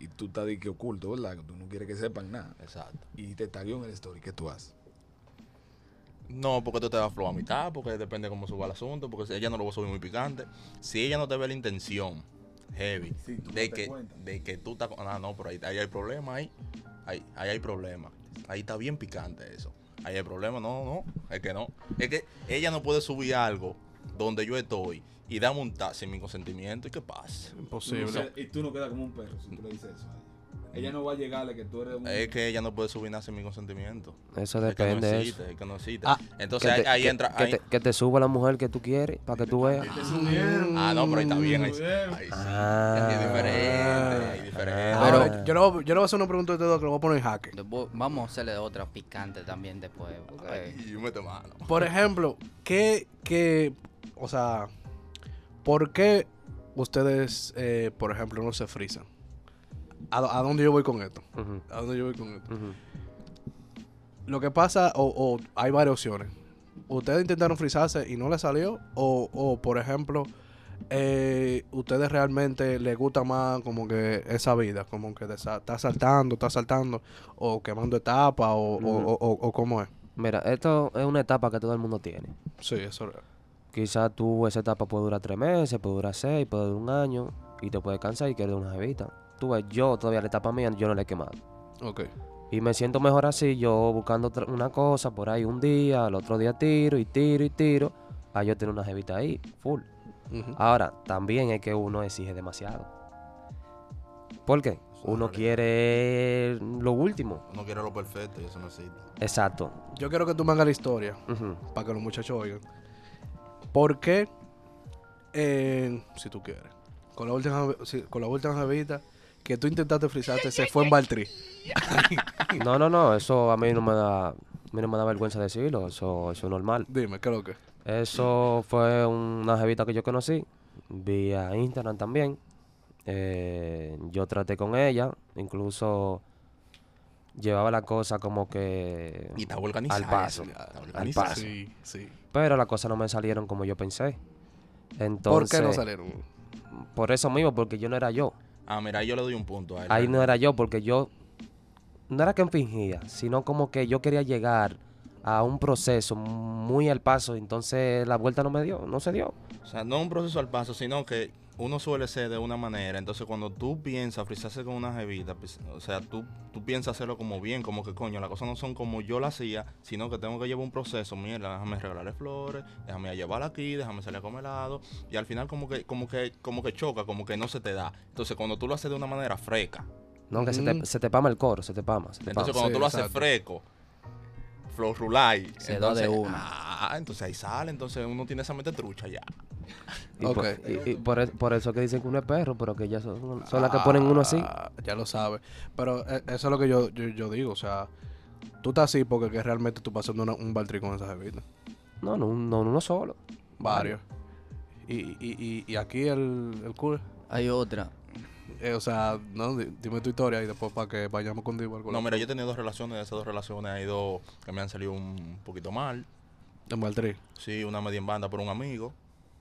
D: y tú estás de que oculto, ¿verdad? Que tú no quieres que sepan nada.
E: Exacto.
D: Y te tagueó en el story, ¿qué tú haces?
E: No, porque tú te vas flojo a mitad, porque depende cómo suba el asunto, porque si ella no lo va a subir muy picante. Si ella no te ve la intención heavy
D: Sí, tú no
E: de,
D: te
E: que,
D: cuentas.
E: de que tú estás... con- Ah, no, pero ahí, ahí hay problema, ahí, ahí, ahí hay problema. Ahí está bien picante eso. Ahí hay problema, no, no, es que no. Es que ella no puede subir algo donde yo estoy y dame un taxi sin mi consentimiento y que pase.
A: Imposible.
D: Tú no quedas- y tú no quedas como un perro si tú le dices eso a ella. Ella no va a llegarle que tú eres un...
E: Es que ella no puede subir nada sin mi consentimiento.
C: Eso
E: Es que no
C: depende. eso.
E: existe, es que no existe.
A: Ah,
E: Entonces
C: que
E: ahí,
C: te-
E: ahí
C: que-
E: entra...
C: Que,
E: ahí-
C: te, que te suba la mujer que tú quieres para que tú veas.
D: Te subieron.
E: Ah, no, pero
D: Mm,
E: ahí está bien. Ahí, sí, ahí sí.
C: Ah.
E: Es diferente. ahí es diferente.
A: Ahora,
B: Pero-
A: yo, le voy, yo le voy a hacer una pregunta a este dos que lo voy a poner en jaque.
B: Después vamos a hacerle otra picante también después. porque-
E: Ay, mete mano.
A: Por ejemplo, ¿qué, qué, o sea, por qué ustedes, eh, por ejemplo, no se frisan? ¿A, dó- a dónde yo voy con esto?
C: Ujú,
A: ¿A dónde yo voy con esto?
C: ujú.
A: Lo que pasa, o, o hay varias opciones. Ustedes intentaron frizarse y no les salió, o, o por ejemplo, eh, ustedes realmente les gusta más como que esa vida, como que de sa- está saltando, está saltando, o quemando etapas, o, o-
C: Ujú.
A: o- o- o cómo es.
C: Mira, esto es una etapa que todo el mundo tiene.
A: Sí, eso es.
C: Quizás tú esa etapa puede durar tres meses, puede durar seis, puede durar un año y te puede cansar y quieres una jevita. Tú ves, yo todavía la etapa mía yo no la he quemado.
A: Ok.
C: Y me siento mejor así, yo buscando otra- una cosa por ahí un día, al otro día tiro y tiro y tiro. Ah, yo tengo una jevita ahí, full.
A: Ujú.
C: Ahora, también es que uno exige demasiado. ¿Por qué? Uno quiere lo último.
E: Uno quiere lo perfecto y eso no existe.
C: Exacto.
A: Yo quiero que tú me hagas la historia
C: Ujú.
A: para que los muchachos oigan. ¿Por qué? eh, si tú quieres. Con la última, si- con la última jevita que tú intentaste frisarte, se fue en Baltri.
C: No, no, no, eso a mí no me da, a mí no me da vergüenza decirlo, eso, eso es normal.
A: Dime, ¿qué es lo que?
C: Eso fue una jevita que yo conocí, vía Instagram también. Eh, yo traté con ella, incluso llevaba la cosa como que...
E: Y estaba organizado.
C: Al paso,
E: eso, estaba
C: al
E: organizado.
C: paso.
A: Sí, sí.
C: Pero las cosas no me salieron como yo pensé.
A: ¿Por
C: Entonces,
A: qué no salieron?
C: por eso mismo, porque yo no era yo.
E: Ah, mira, ahí yo le doy un punto a él.
C: Ahí no era yo, porque yo no era que fingía, sino como que yo quería llegar a un proceso muy al paso, entonces la vuelta no me dio, no se dio.
E: O sea, no es un proceso al paso, sino que uno suele ser de una manera. Entonces, cuando tú piensas frizarse con una jevita, pues, o sea, tú, tú piensas hacerlo como bien, como que coño, las cosas no son como yo la hacía, sino que tengo que llevar un proceso. Mierda, déjame regalarle flores, déjame llevarla aquí, déjame salir a comer helado. Y al final, como que, como que, como que choca, como que no se te da. Entonces, cuando tú lo haces de una manera fresca,
C: No, que se, te,
A: Ujú.
C: se te pama el coro, se te pama. Se te
E: entonces
C: pama.
E: cuando
A: sí,
E: tú lo haces
A: exacto.
E: fresco, florulay,
B: Se da de
E: entonces,
B: una.
E: Ah, entonces ahí sale, entonces uno tiene esa mente trucha ya.
C: Y, por-
A: Ok.
C: y- y por, e- por eso que dicen que uno es perro, pero que ya son, son las que ponen uno así.
A: Ah, Ya lo sabes. Pero eh, eso es lo que yo, yo, yo digo. O sea, tú estás así porque que realmente tú pasando una- un baltri con esa jevita.
C: No, no, no uno solo.
A: Varios. Y, y, y, y aquí el, el cool.
B: Hay otra.
A: Eh, o sea, no, di- dime tu historia y después para que vayamos contigo. al
E: No,
A: colegio.
E: mira, yo he tenido dos relaciones, de esas dos relaciones hay dos que me han salido un poquito mal.
A: En baltri.
E: Sí, una media en banda por un amigo.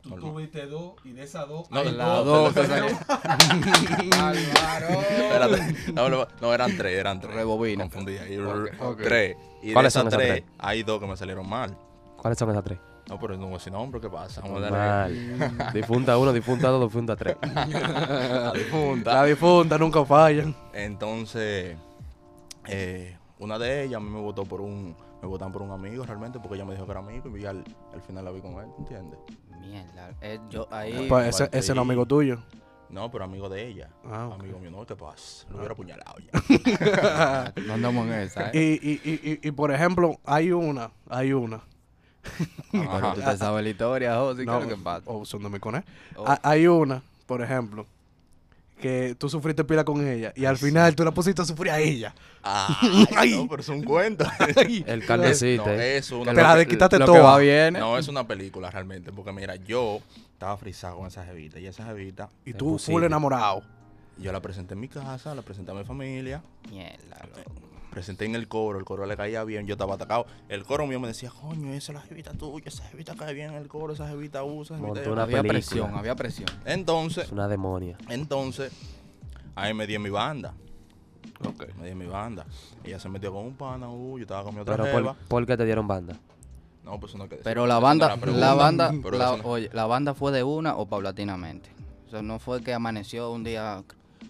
F: Tú tuviste dos y de esas dos.
E: No,
F: hay
E: la
F: dos
E: dos,
F: que
E: o sea
F: no-
B: Álvaro.
E: Espérate, no, no, no, eran tres, eran tres.
B: Rebobina.
E: Confundí ahí.
A: ok.
E: Tres. Y de
C: ¿Cuáles
E: esas
C: son esas tres?
E: tres, hay dos que me salieron mal.
C: ¿Cuáles son esas tres?
E: No, pero no voy a decir nombre, ¿qué pasa? Vamos a darle
C: Mal. difunta uno, difunta dos, difunta tres.
E: a la difunta.
A: La difunta nunca fallan.
E: Entonces, eh, una de ellas a mí me votó por un. Me votan por un amigo realmente, porque ella me dijo que era amigo y al, al final la vi con él, ¿entiendes?
B: Mierda. eh, yo ahí.
A: Pues ese, ese no es amigo tuyo.
E: No, pero amigo de ella.
A: Ah, ok.
E: Amigo mío, no, ¿qué pasa? Lo hubiera apuñalado ya.
B: No andamos en esa,
A: Y,
B: ¿eh?
A: y, y, y, y, por ejemplo, hay una. Hay una.
B: Ah, pero tú te sabes la historia, José.
A: No,
B: ¿Qué es lo que pasa?
A: o son de mi coné.
B: Oh.
A: Ha- Hay una, por ejemplo, que tú sufriste pila con ella y al final tú la pusiste a sufrir a ella.
E: Ay, no, pero es un cuento.
C: El
E: No,
C: cardecito. eh.
E: eso es una
A: Te la de quitaste
B: Lo que
A: toda.
B: va bien.
E: No, es una película realmente, porque mira, yo estaba frisado con esa jevita y esa jevita
A: Y
C: Es
A: tú full
C: posible.
A: enamorado.
E: yo la presenté en mi casa, la presenté a mi familia,
B: Mierda, loco.
E: presenté en el coro, el coro le caía bien, yo estaba atacado. El coro mío me decía, coño, esa es la jevita tuya, esa jevita cae bien en el coro, esa jevita usa, esa jevita
C: Montó una
E: lleva".
B: Había
C: película.
B: presión, había presión.
E: Entonces,
C: Es una demonia.
E: entonces, ahí me di en mi banda,
A: Ok.
E: me di en mi banda. Ella se metió con un pana, uh, yo estaba con mi otra
C: Pero
E: jeva.
C: por, ¿por qué te dieron banda?
E: No, pues eso no hay que decir.
B: Pero la
E: Esa no
B: banda,
E: era pregunta,
B: la banda,
E: pero
B: la-
E: eso no-
B: oye, la banda fue de una o paulatinamente. O sea, no fue que amaneció un día
E: No,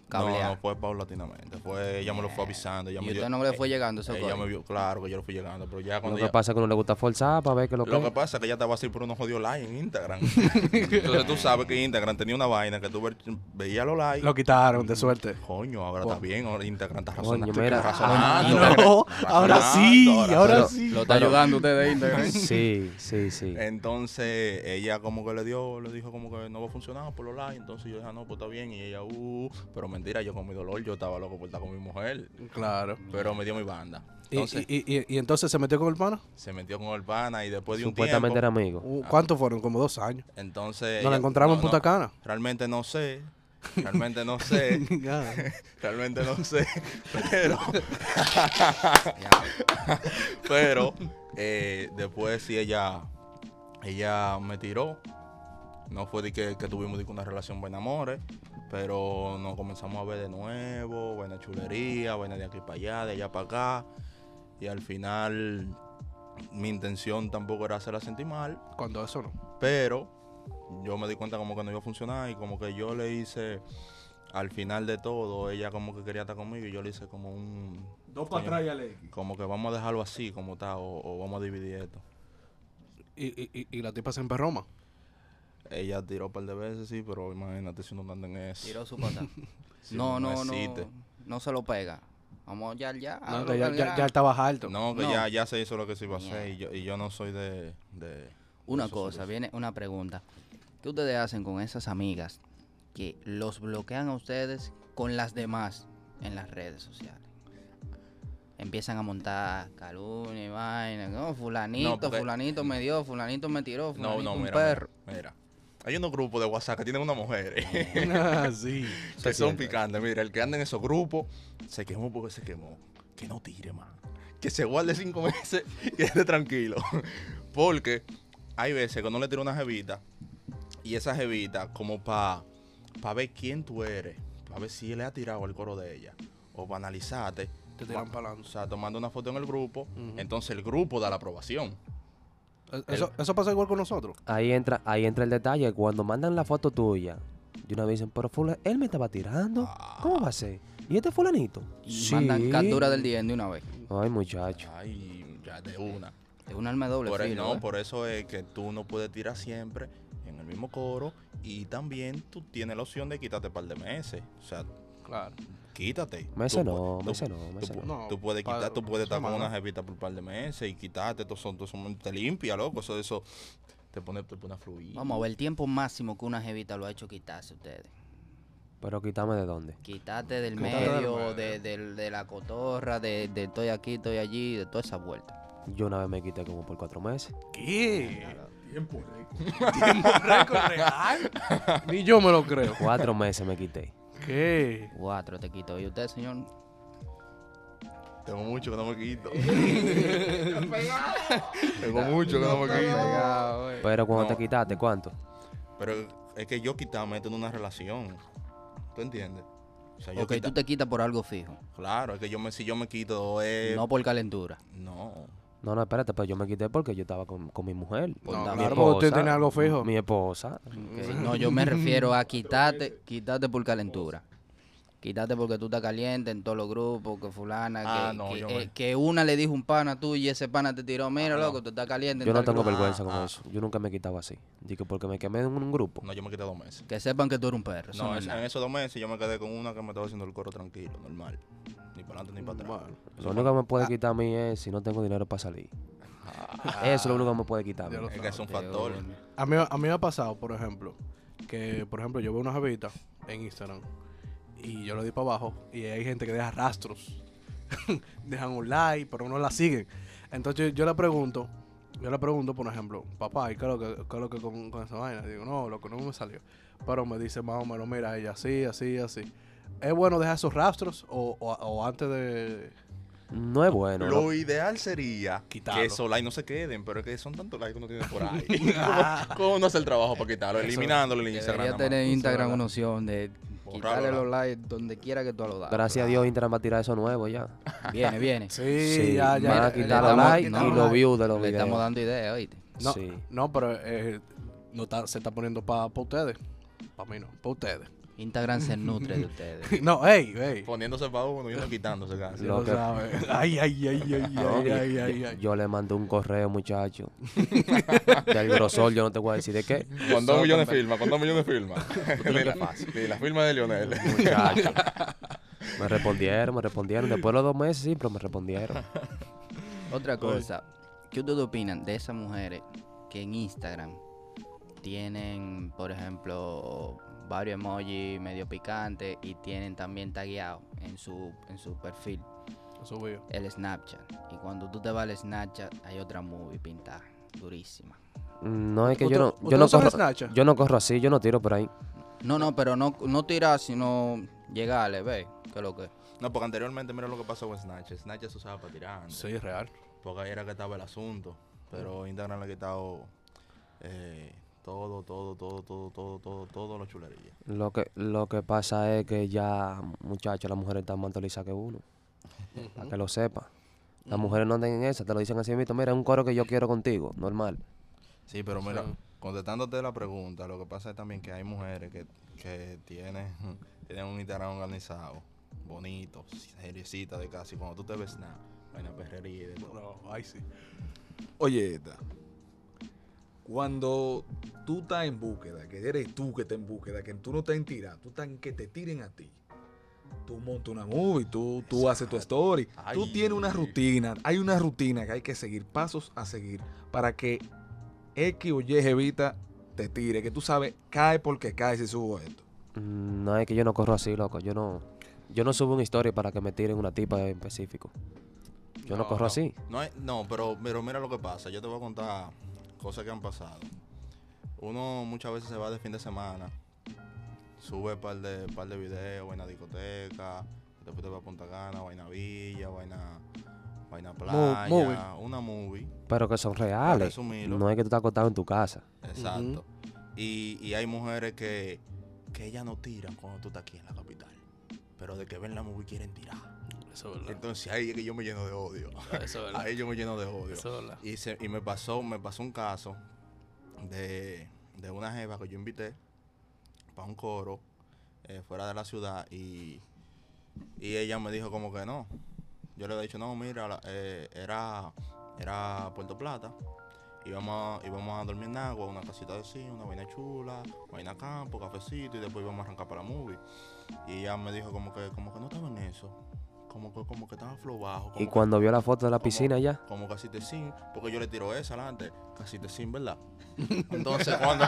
B: cableado.
E: no, fue paulatinamente. Fue, ella me lo fue avisando. Ella
B: Eh. Y
E: me
B: usted
E: dio- eh,
B: no le fue llegando ese
E: Ella
B: código.
E: me vio, claro que yo lo fui llegando, pero ya
C: Lo
E: cuando
C: que
E: ella-
C: pasa es que uno le gusta forzar para ver que lo que.
E: lo que pasa es que ella estaba así por unos jodidos likes en Instagram. Entonces tú sabes que Instagram tenía una vaina que tú ve- veías los likes.
A: Lo quitaron, de suerte.
E: Coño, ahora está bien, ahora Instagram está
C: Coño,
E: razonando.
C: mira.
E: razonando.
A: Ah, no,
E: Está
A: ahora sí,
E: razonando,
A: ahora
E: pero-
A: sí.
B: Lo está ayudando usted de Instagram.
C: Sí, sí, sí.
E: Entonces ella como que le dio, le dijo como que no va a funcionar por los likes. Entonces yo dije, ah, no, pues está bien. Y ella, uh, pero mentira, yo con mi dolor, yo estaba loco por estar con mi mujer.
A: Claro.
E: Pero me dio mi banda.
A: Y,
E: Entonces
A: y- y- y- y entonces se metió con el pana.
E: se metió con el pana y después de un tiempo.
C: Supuestamente era amigo.
A: Uh, ¿Cuántos fueron? Como dos años.
E: Entonces.
A: Nos la
E: ella-
A: encontramos en Punta Cana.
E: Realmente no sé. Realmente no sé.
A: Ya.
E: realmente no sé. Pero.
B: Ya.
E: Pero. eh, después sí ella. Ella me tiró. No fue de que, que tuvimos de que una relación buena amores. Pero nos comenzamos a ver de nuevo. Buena chulería. Buena de aquí para allá. De allá para acá. Y al final. Mi intención tampoco era hacerla sentir mal.
A: Cuando eso no.
E: Pero yo me di cuenta como que no iba a funcionar y como que yo le hice al final de todo, ella como que quería estar conmigo y yo le hice como un...
F: Dos para
E: coño,
F: atrás y a la X.
E: Como que vamos a dejarlo así como está o, o vamos a dividir esto.
A: Y, y- y- y la tipa se emperroma.
E: Ella tiró un par de veces, sí, pero imagínate si uno anda en eso.
B: Tiró su pata.
E: Sí,
B: no,
E: no
B: no, no.
E: existe.
B: No se lo pega. Vamos ya, Ah, ya.
A: No,
B: hazlo
A: que ya,
B: al
A: ya-
B: grano.
A: ya estaba harto.
E: No, que
B: No.
E: Ya, ya se hizo lo que se iba a hacer y yo, y yo no soy de... de-
B: Una
E: de esos
B: cosa,
E: grupos.
B: viene una pregunta. ¿Qué ustedes hacen con esas amigas que los bloquean a ustedes con las demás en las redes sociales? Empiezan a montar calumnia y vaina. No, fulanito,
E: No, porque-
B: fulanito me dio, fulanito me tiró,
E: No,
B: fulanito
E: no,
B: un
E: mira,
B: perro.
E: mira, mira. Hay unos grupos de WhatsApp que tienen una mujer eh,
A: Ah, sí.
E: que son
C: siente.
E: picantes. Mira, el que anda en esos grupos se quemó porque se quemó. Que no tire más. Que se guarde cinco meses y esté tranquilo. Porque hay veces que uno le tira una jevita y esa jevita, como para pa ver quién tú eres, para ver si le ha tirado el coro de ella o para analizarte.
A: Te tiran para
E: O sea, tomando una foto en el grupo, entonces el grupo da la aprobación.
A: Eso, eso pasa igual con nosotros.
C: Ahí entra, ahí entra el detalle. Cuando mandan la foto tuya, de una vez dicen, pero fulano, él me estaba tirando. ¿Cómo va a ser? ¿Y este fulanito?
B: Y mandan captura del día de una vez.
C: Ay, muchacho.
E: Ay, ya de una.
B: Es un arma de doble
E: Por e-
B: filo,
E: no,
B: ¿eh?
E: por eso es que tú no puedes tirar siempre en el mismo coro y también tú tienes la opción de quitarte un par de meses. O sea,
A: Claro.
E: quítate.
C: Meses
E: Tú pu-
C: no,
E: tú-
C: meses no,
E: tú
C: meses
E: pu-
A: no.
E: Tú puedes
A: No,
E: quitar, tú
A: pa-
E: puedes estar con
A: semana.
E: una jevita por un par de meses y quitarte, todo son, todo son- te limpia, loco. Eso, eso te pone, te pone a fluir.
B: Vamos a ver el tiempo máximo que una jevita lo ha hecho quitarse ustedes.
C: Pero quítame de dónde.
B: Quítate del
A: Quítate del
B: medio,
E: eh.
B: de, del- de la cotorra, de, de estoy aquí, estoy allí, de toda esa vuelta.
C: Yo una vez me quité como por cuatro meses.
A: ¿Qué?
F: Tiempo récord.
A: Ni yo me lo creo.
C: Cuatro meses me quité.
A: ¿Qué?
B: Cuatro te quito. ¿Y usted, señor?
E: Tengo mucho que no me quito. Tengo mucho que no me quito.
C: Pero cuando
E: No.
C: te quitaste, ¿cuánto?
E: Pero es que yo quitarme esto en una relación. ¿Tú entiendes? O sea,
B: Ok,
E: quita-
B: tú te quitas por algo fijo,
E: Claro, es que yo me, si yo me quito, eh,
B: no por calentura.
E: no.
C: No, no, espérate, pero yo me quité porque yo estaba con, con mi mujer.
B: Pues
A: No,
B: está
A: claro,
B: bien.
A: porque usted tiene algo fijo.
C: Mi esposa.
B: Ok, No, yo me refiero a quitarte, quitarte por calentura. Quitarte porque tú estás caliente en todos los grupos, que fulana,
E: Ah,
B: que,
E: no,
B: que,
E: yo
B: eh,
E: me-
B: que una le dijo un pana tú y ese pana te tiró, mira, loco, tú estás caliente. en
C: Yo no
B: tal
C: tengo
B: grupo".
C: vergüenza con
E: ah.
C: eso. Yo nunca me he quitado así. Digo, porque me quemé en un grupo.
E: Pues No, yo me quité dos meses.
B: Que sepan que tú eres un perro. eso
E: No,
B: no es
E: es- en
B: nada.
E: esos dos meses yo me quedé con una que me estaba haciendo el coro tranquilo, normal. Ni para adelante ni para atrás.
A: Bueno,
C: Lo único que me puede quitar a mí es si no tengo dinero para salir. Eso es lo único que me puede quitar. a mí.
A: Ya lo
E: Es que es un
B: De
E: factor.
B: una.
A: A mí, a mí me ha pasado, por ejemplo, que, por ejemplo, yo veo una jevita en Instagram y yo le doy para abajo y hay gente que deja rastros. Dejan un like, pero no la siguen. Entonces yo le pregunto, yo le pregunto, por ejemplo, papá, ¿y qué es lo que, qué es lo que con, con esa vaina? Digo, no, lo que no me salió. Pero me dice más o menos, mira, ella así, así, así. ¿Es bueno dejar esos rastros o, o- o antes de...?
C: No es bueno.
E: Lo
C: ¿no?
E: ideal sería
A: Quitarlo.
E: que esos likes no se queden, pero es que son tantos likes que uno tiene por ahí. ¿Cómo, cómo uno hace el trabajo para quitarlo? Eliminándolo en Instagram.
B: Debería
E: nada más.
B: tener Instagram una opción de
E: Borrarlo,
B: quitarle
E: ¿no?
B: los likes donde quiera que tú lo das.
C: Gracias a Dios Instagram va a tirar eso nuevo ya.
B: Viene, viene.
A: Sí,
C: Van
B: mira,
C: a
B: le
C: quitar los
B: estamos-
C: likes y
B: quitamos
C: los
B: like.
C: views de los
B: Le estamos
C: videos.
B: dando ideas, oíste.
A: No,
C: Sí.
A: no pero eh, no está- se está poniendo para ustedes. Para mí no, para ustedes.
B: Instagram se nutre de ustedes.
A: no, ey, ey.
E: Poniéndose para uno y uno quitándose casi.
C: Lo
A: Lo
C: que-
A: sabe. Ay, ay, ay, ay, ay, ay, ay, ay.
C: Yo le mandé un correo, muchacho. Del grosor, yo no te voy a decir de qué.
E: Con dos millones de firmas, con dos millones de firmas. ni, la, ni la firma de Lionel.
C: Muchacho. Me respondieron, me respondieron. Después de los dos meses, sí, pero me respondieron.
B: Otra cosa, ¿qué ustedes opinan de esas mujeres que en Instagram tienen, por ejemplo, varios emojis medio picantes y tienen también tagueado en su, en su perfil
A: Eso voy yo.
B: el Snapchat? Y cuando tú te vas al Snapchat hay otra movie pintada, durísima.
C: No es que
A: ¿Usted-
C: yo no,
A: usted
C: yo no
A: usa
C: corro,
A: Snapchat?
C: yo no corro así, yo no tiro por ahí.
B: No, no, pero no, no tirar, sino llegarle, ve, que lo que.
E: No, porque anteriormente mira lo que pasó con Snatch. Snatch se usaba para tirar. antes.
A: Sí, es real.
E: Porque ahí era que estaba el asunto. Pero Instagram le ha quitado eh, todo, todo, todo, todo, todo, todo, todo lo chulería.
C: Lo que, lo que pasa es que ya, muchachos, las mujeres están más actualizadas que uno. Para que lo sepa. Las mujeres no andan en esa, te lo dicen así mismo. Mira, es un coro que yo quiero contigo, normal.
E: Sí, pero mira,
A: Sí.
E: contestándote la pregunta, lo que pasa es también que hay mujeres que, que tienen Tienen un Instagram organizado, bonito, seriecita de casi. Cuando tú te ves nada, hay una perrería y de todo.
A: No, ahí sí.
D: Oye, esta. Cuando tú estás en búsqueda, que eres tú que estás en búsqueda, que tú no estás en tirar, tú estás en que te tiren a ti. Tú montas una movie, tú, tú haces tu story, tú
E: Ay.
D: tienes una rutina. Hay una rutina que hay que seguir, pasos a seguir, para que X o Y jevita te tire, que tú sabes, cae porque cae si subo esto.
C: Mm, No es que yo no corro así, loco. Yo no, yo no subo una historia para que me tiren una tipa en específico. Yo no, corro así.
E: No, hay- no, pero, pero mira lo que pasa. Yo te voy a contar cosas que han pasado. Uno muchas veces se va de fin de semana, sube par de, par de videos, vaina discoteca, después te va a Punta Cana, vaina Villa, vaina, vaina playa,
D: movie.
E: una movie.
C: Pero que son reales.
E: resumirlo.
C: No es que tú estás acostado en tu casa.
E: Exacto. y, y hay mujeres que, que ellas no tiran cuando tú estás aquí en la capital. Pero de que ven la movie quieren tirar.
A: Eso es verdad.
E: Entonces ahí es que yo me lleno de odio.
A: Eso es verdad.
E: Ahí yo me lleno de odio.
A: Eso es verdad.
E: Y, se- y me pasó, me pasó un caso de, de una jeva que yo invité para un coro eh, fuera de la ciudad y, y ella me dijo como que no. Yo le había dicho, no, mira, la- eh, era, era Puerto Plata. Íbamos a, íbamos a dormir en agua, una casita así, una vaina chula, vaina campo, cafecito y después íbamos a arrancar para la movie. Y ella me dijo como que, como que no estaba en eso. Como que, como que estaba flow bajo.
C: Y
E: como que-
C: cuando vio la foto de la
E: como-
C: piscina ya,
E: Como casi te sin, porque yo le tiro esa adelante, casi te sin, ¿verdad? Entonces cuando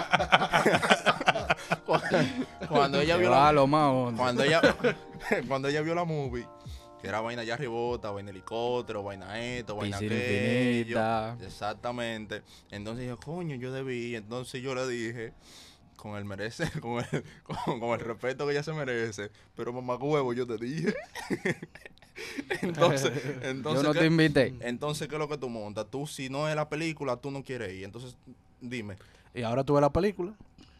E: cuando, ella vio
B: Ah,
E: la,
B: lo más hondo.
E: cuando ella cuando ella vio la movie, que era vaina ya ribota, vaina helicóptero, vaina esto, vaina
B: Piscina
E: aquello.
B: infinita.
E: Exactamente. Entonces yo, coño, yo debí. Entonces yo le dije, con el merece, con el, con, con el respeto que ella se merece. Pero mamá huevo, yo te dije. entonces,
B: Yo
E: entonces.
B: no
E: ¿qué- Eh,
B: te invité.
E: entonces, ¿qué es lo que tú montas? Tú, si no es la película, tú no quieres ir. Entonces, dime.
A: Y ahora tú ves la película.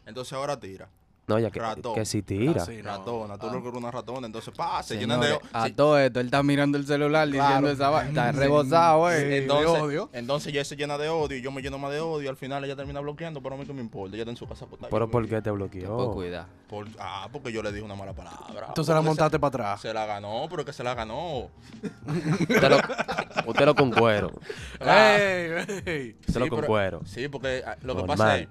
E: Entonces, ahora tira.
C: no, ya que,
E: ratón.
C: que si tira.
A: Sí, no. Ah.
E: ratona. Tú lo que eres una ratona. Entonces, pa, se llenan de...
B: Señores, a
E: se-
B: todo esto, él está mirando el celular diciendo esa vaina. Está eh. rebosado, güey.
E: entonces,
A: de odio.
E: entonces ya se llena de odio y yo me lleno más de odio. Al final ella termina bloqueando, pero a mí que me importa. Ella está en su casa. pues, está
C: Pero
E: yo-
C: ¿por qué
B: Te
C: te
B: puedo
C: bloqueó?
B: cuidar.
E: Por- ah, porque yo le dije una mala palabra.
A: Tú se la
E: Porque
A: montaste para atrás.
E: Se la ganó, pero es que se la ganó.
C: Usted lo, usted lo con cuero.
A: ¡Ey! ey.
C: Usted lo con
E: pero-
C: cuero.
E: Sí, porque ah, lo que
C: Normal.
E: pasa es,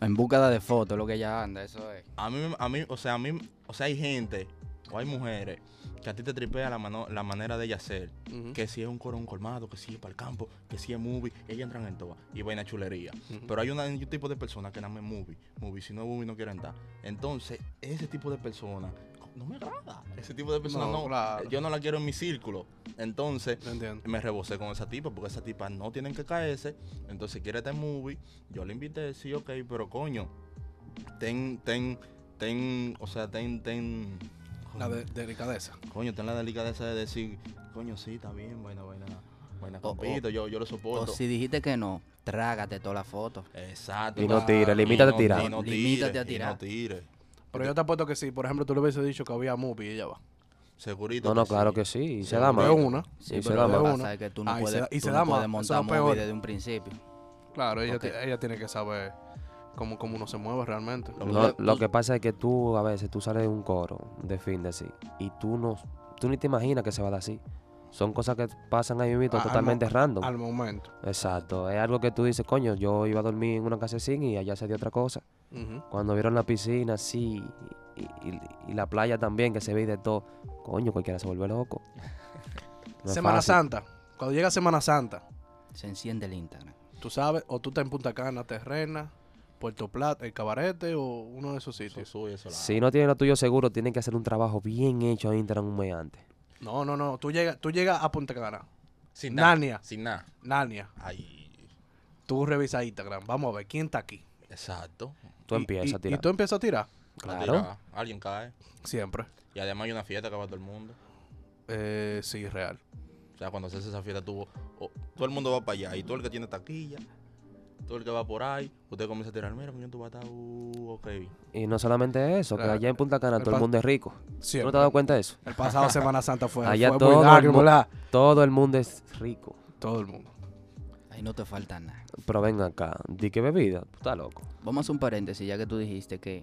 B: En búsqueda de fotos, lo que ella anda, eso es.
E: a mí, a mí, o sea, a mí, o sea, hay gente o hay mujeres que a ti te tripea la, mano- la manera de ella hacer.
A: Ujú.
E: que si es un corón colmado, que si es para el campo, que si es movie, ellas entran en todas y vaina chulería.
A: Ujú.
E: Pero hay una- un tipo de personas que no me movie, movie, si no es movie no quieren entrar. Entonces, ese tipo de personas no me agrada. Ese tipo de personas
A: No,
E: no,
A: claro.
E: yo no la quiero en mi círculo. Entonces,
A: Te entiendo.
E: me rebocé con esa tipa porque esa tipa no tienen que caerse. Entonces, quiere estar en movie, yo le invité, sí, ok, pero coño, ten, ten, ten, o sea, ten, ten.
A: La de- delicadeza.
E: Coño, ten la delicadeza de decir, coño, sí, está bien, vaina, vaina, vaina,
B: O- o-
E: compito, yo, yo lo
B: O
E: soporto.
B: si dijiste que no, trágate todas las fotos.
E: Exacto.
C: Y no
E: Ah,
C: tira,
E: y
C: limítate
E: no-
C: a tirar.
E: y no tire,
B: Limítate a
E: y
B: tirar.
E: no tire.
A: Pero yo te apuesto que sí. Por ejemplo, tú le hubiese dicho que había movie y ella va.
E: Segurito.
C: No, no, claro que sí. Y se da
A: De
C: más.
A: una.
B: Sí,
C: Y se
B: pero
C: da
B: lo que
A: más.
B: pasa es que tú no
A: Ah, y se
B: puedes,
A: da- y
B: tú
A: se
B: no
A: da más.
B: puedes
A: Eso es
B: montar
A: lo
B: móvil
A: peor.
B: desde un principio.
A: Claro, ella,
B: Ok.
A: ti- ella tiene que saber cómo, cómo uno se mueve realmente.
E: Lo-
C: No,
E: Tú-
C: lo
E: tú-
C: que pasa es que tú a veces tú sales de un coro de fin de así y tú no tú ni te imaginas que se va a dar así. Son cosas que pasan ahí mismo
A: Ah, al
C: totalmente
A: mo-
C: random.
A: Al momento.
C: Exacto, es algo que tú dices, coño, yo iba a dormir en una casecín y allá se dio otra cosa.
A: Ujú.
C: Cuando vieron la piscina, sí, y, y- y la playa también, que se ve y de todo, coño, cualquiera se vuelve loco. No es
A: Semana
C: fácil.
A: Santa. Cuando llega Semana Santa,
B: Se enciende el Instagram.
A: tú sabes, o tú estás en Punta Cana, Terrena, Puerto Plata, El Cabarete o uno de esos
E: Eso
A: sitios.
E: sube, eso la-
C: Si no tienen lo tuyo seguro, tienen que hacer un trabajo bien hecho en Instagram un mes antes.
A: No, no, no. Tú llegas tú llegas a Punta Cana,
E: Sin
A: Narnia.
E: Sin nada.
A: Narnia.
E: Ay,
A: Tú revisas Instagram. Vamos a ver quién está aquí.
E: exacto.
C: Tú
A: Y-
C: empiezas
A: y-
C: a tirar.
A: Y tú empiezas a tirar.
E: No
C: Claro.
E: tira, alguien cae.
A: Siempre.
E: Y además hay una fiesta que va todo el mundo.
A: Eh, sí, real.
E: O sea, cuando haces esa fiesta, tú, o- todo el mundo va para allá. Y tú el que tiene taquilla, tú el que va por ahí, usted comienza a tirar, mira, coño, tú vas a estar, uh, ok.
C: Y no solamente eso, que
A: Claro.
C: allá en Punta Cana
A: El
C: todo el
A: pa-
C: mundo es rico. ¿Tú no te
A: Siempre.
C: has dado cuenta de eso?
A: El pasado Semana Santa fue,
C: Allá
A: fue muy
C: todo,
A: dark,
C: el mu-
A: ¿verdad?
C: todo el mundo es rico.
A: Todo el mundo.
B: Ahí no te falta nada.
C: Pero ven acá, di que bebida, tú estás loco.
B: Vamos a hacer un paréntesis, ya que tú dijiste que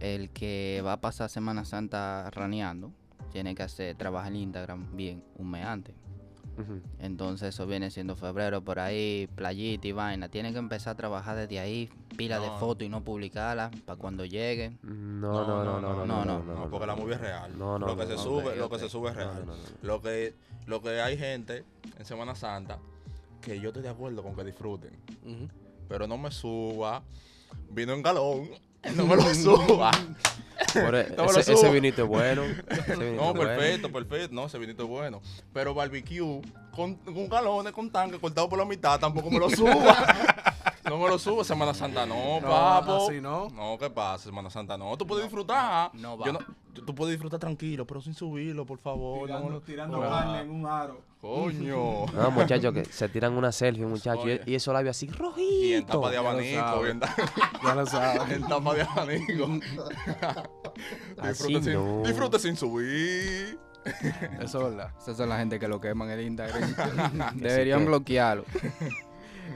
B: el que va a pasar Semana Santa raneando tiene que hacer, trabaja el Instagram bien un mes antes.
C: Ujú.
B: Entonces eso viene siendo febrero por ahí, playita y vaina. Tiene que empezar a trabajar desde ahí, pila de
E: No.
B: fotos y no publicarlas para cuando llegue.
C: No, no, no, no, no, no, no,
E: no, porque la movie es real.
C: No, no,
E: lo que
C: no,
E: se
C: no,
E: sube,
B: ok,
E: lo que
B: ok.
E: se sube es
C: No, no,
E: real.
C: no, no.
E: Lo que lo que hay gente en Semana Santa que yo estoy de acuerdo con que disfruten,
A: Ujú.
E: pero no me suba vino en galón. No me lo suba.
C: Por e-
E: No me lo
C: ese,
E: subo.
C: ese vinito es bueno. ese vinito
E: No,
C: es bueno.
E: perfecto, perfecto. No, ese vinito es bueno. Pero barbecue con, con galones, con tanque cortado por la mitad, tampoco me lo suba. No me lo suba Semana Santa, no,
A: No,
E: papo.
A: así no.
E: No, ¿qué pasa, Semana Santa? No, tú puedes disfrutar.
B: no va.
E: Yo tú, tú puedes disfrutar tranquilo, pero sin subirlo, por favor. no me
F: Tirando,
E: lo-
F: tirando
E: Ah,
F: carne en un aro.
E: Coño.
C: No, muchachos, que se tiran una selfie, muchachos,
E: Oye.
C: y, y eso labio así rojito.
E: Y en tapa de
A: ya lo
E: abanico,
A: sabes.
E: y en, ta-
A: Ya lo sabes.
E: en tapa de abanico.
C: Así
E: disfrute,
C: no.
E: sin, disfrute sin subir.
A: Eso es verdad.
B: Esas son la gente que lo queman el Instagram.
C: Que
B: Deberían
C: sí que-
B: bloquearlo.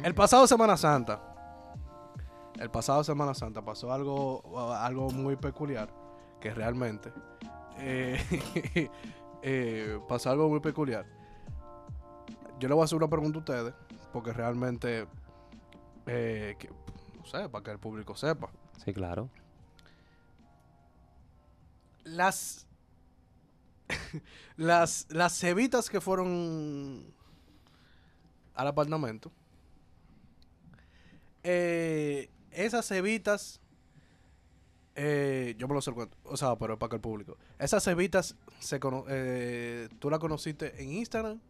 A: El pasado Semana Santa. El pasado Semana Santa pasó algo, algo muy peculiar. Que realmente. eh, eh, pasó algo muy peculiar. Yo le voy a hacer una pregunta a ustedes. Porque realmente. eh, que- no sé, para que el público sepa.
C: Sí, claro.
A: Las. las. Las cevitas que fueron. Al apartamento. eh, esas cevitas. eh, yo me lo sé el cuento. O sea, pero es para que el público. Esas cevitas. Se cono- eh, ¿Tú la conociste en Instagram?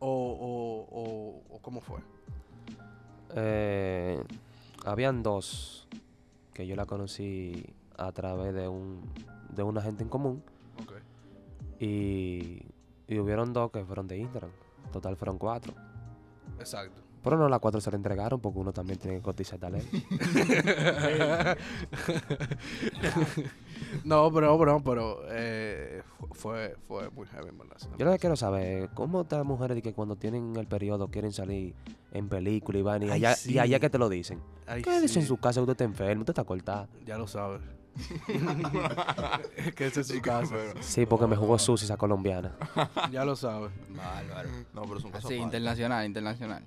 A: ¿O, o- o- o cómo fue?
C: Eh, habían dos que yo la conocí a través de un de una gente en común y, y hubieron dos que fueron de Instagram. Total fueron cuatro.
A: Exacto.
C: Pero no las cuatro se la entregaron porque uno también tiene que cotizar tal ley.
A: no, pero, pero, pero. eh, fu- fue, fue muy heavy, en ¿verdad?
C: Yo lo que quiero saber es cómo estas mujeres de que cuando tienen el periodo quieren salir en película y van y
A: Ay,
C: allá,
A: sí.
C: y allá que te lo dicen.
A: Ay,
C: ¿Qué dicen en
A: sí.
C: su casa que usted está enfermo, usted está cortado?
A: Ya lo sabes. que ese es su caso.
C: Sí, porque me jugó sucio esa colombiana.
A: Ya lo sabes.
B: Bárbaro.
E: No, pero es un caso
B: Así,
E: aparte.
B: Ah, internacional, internacional.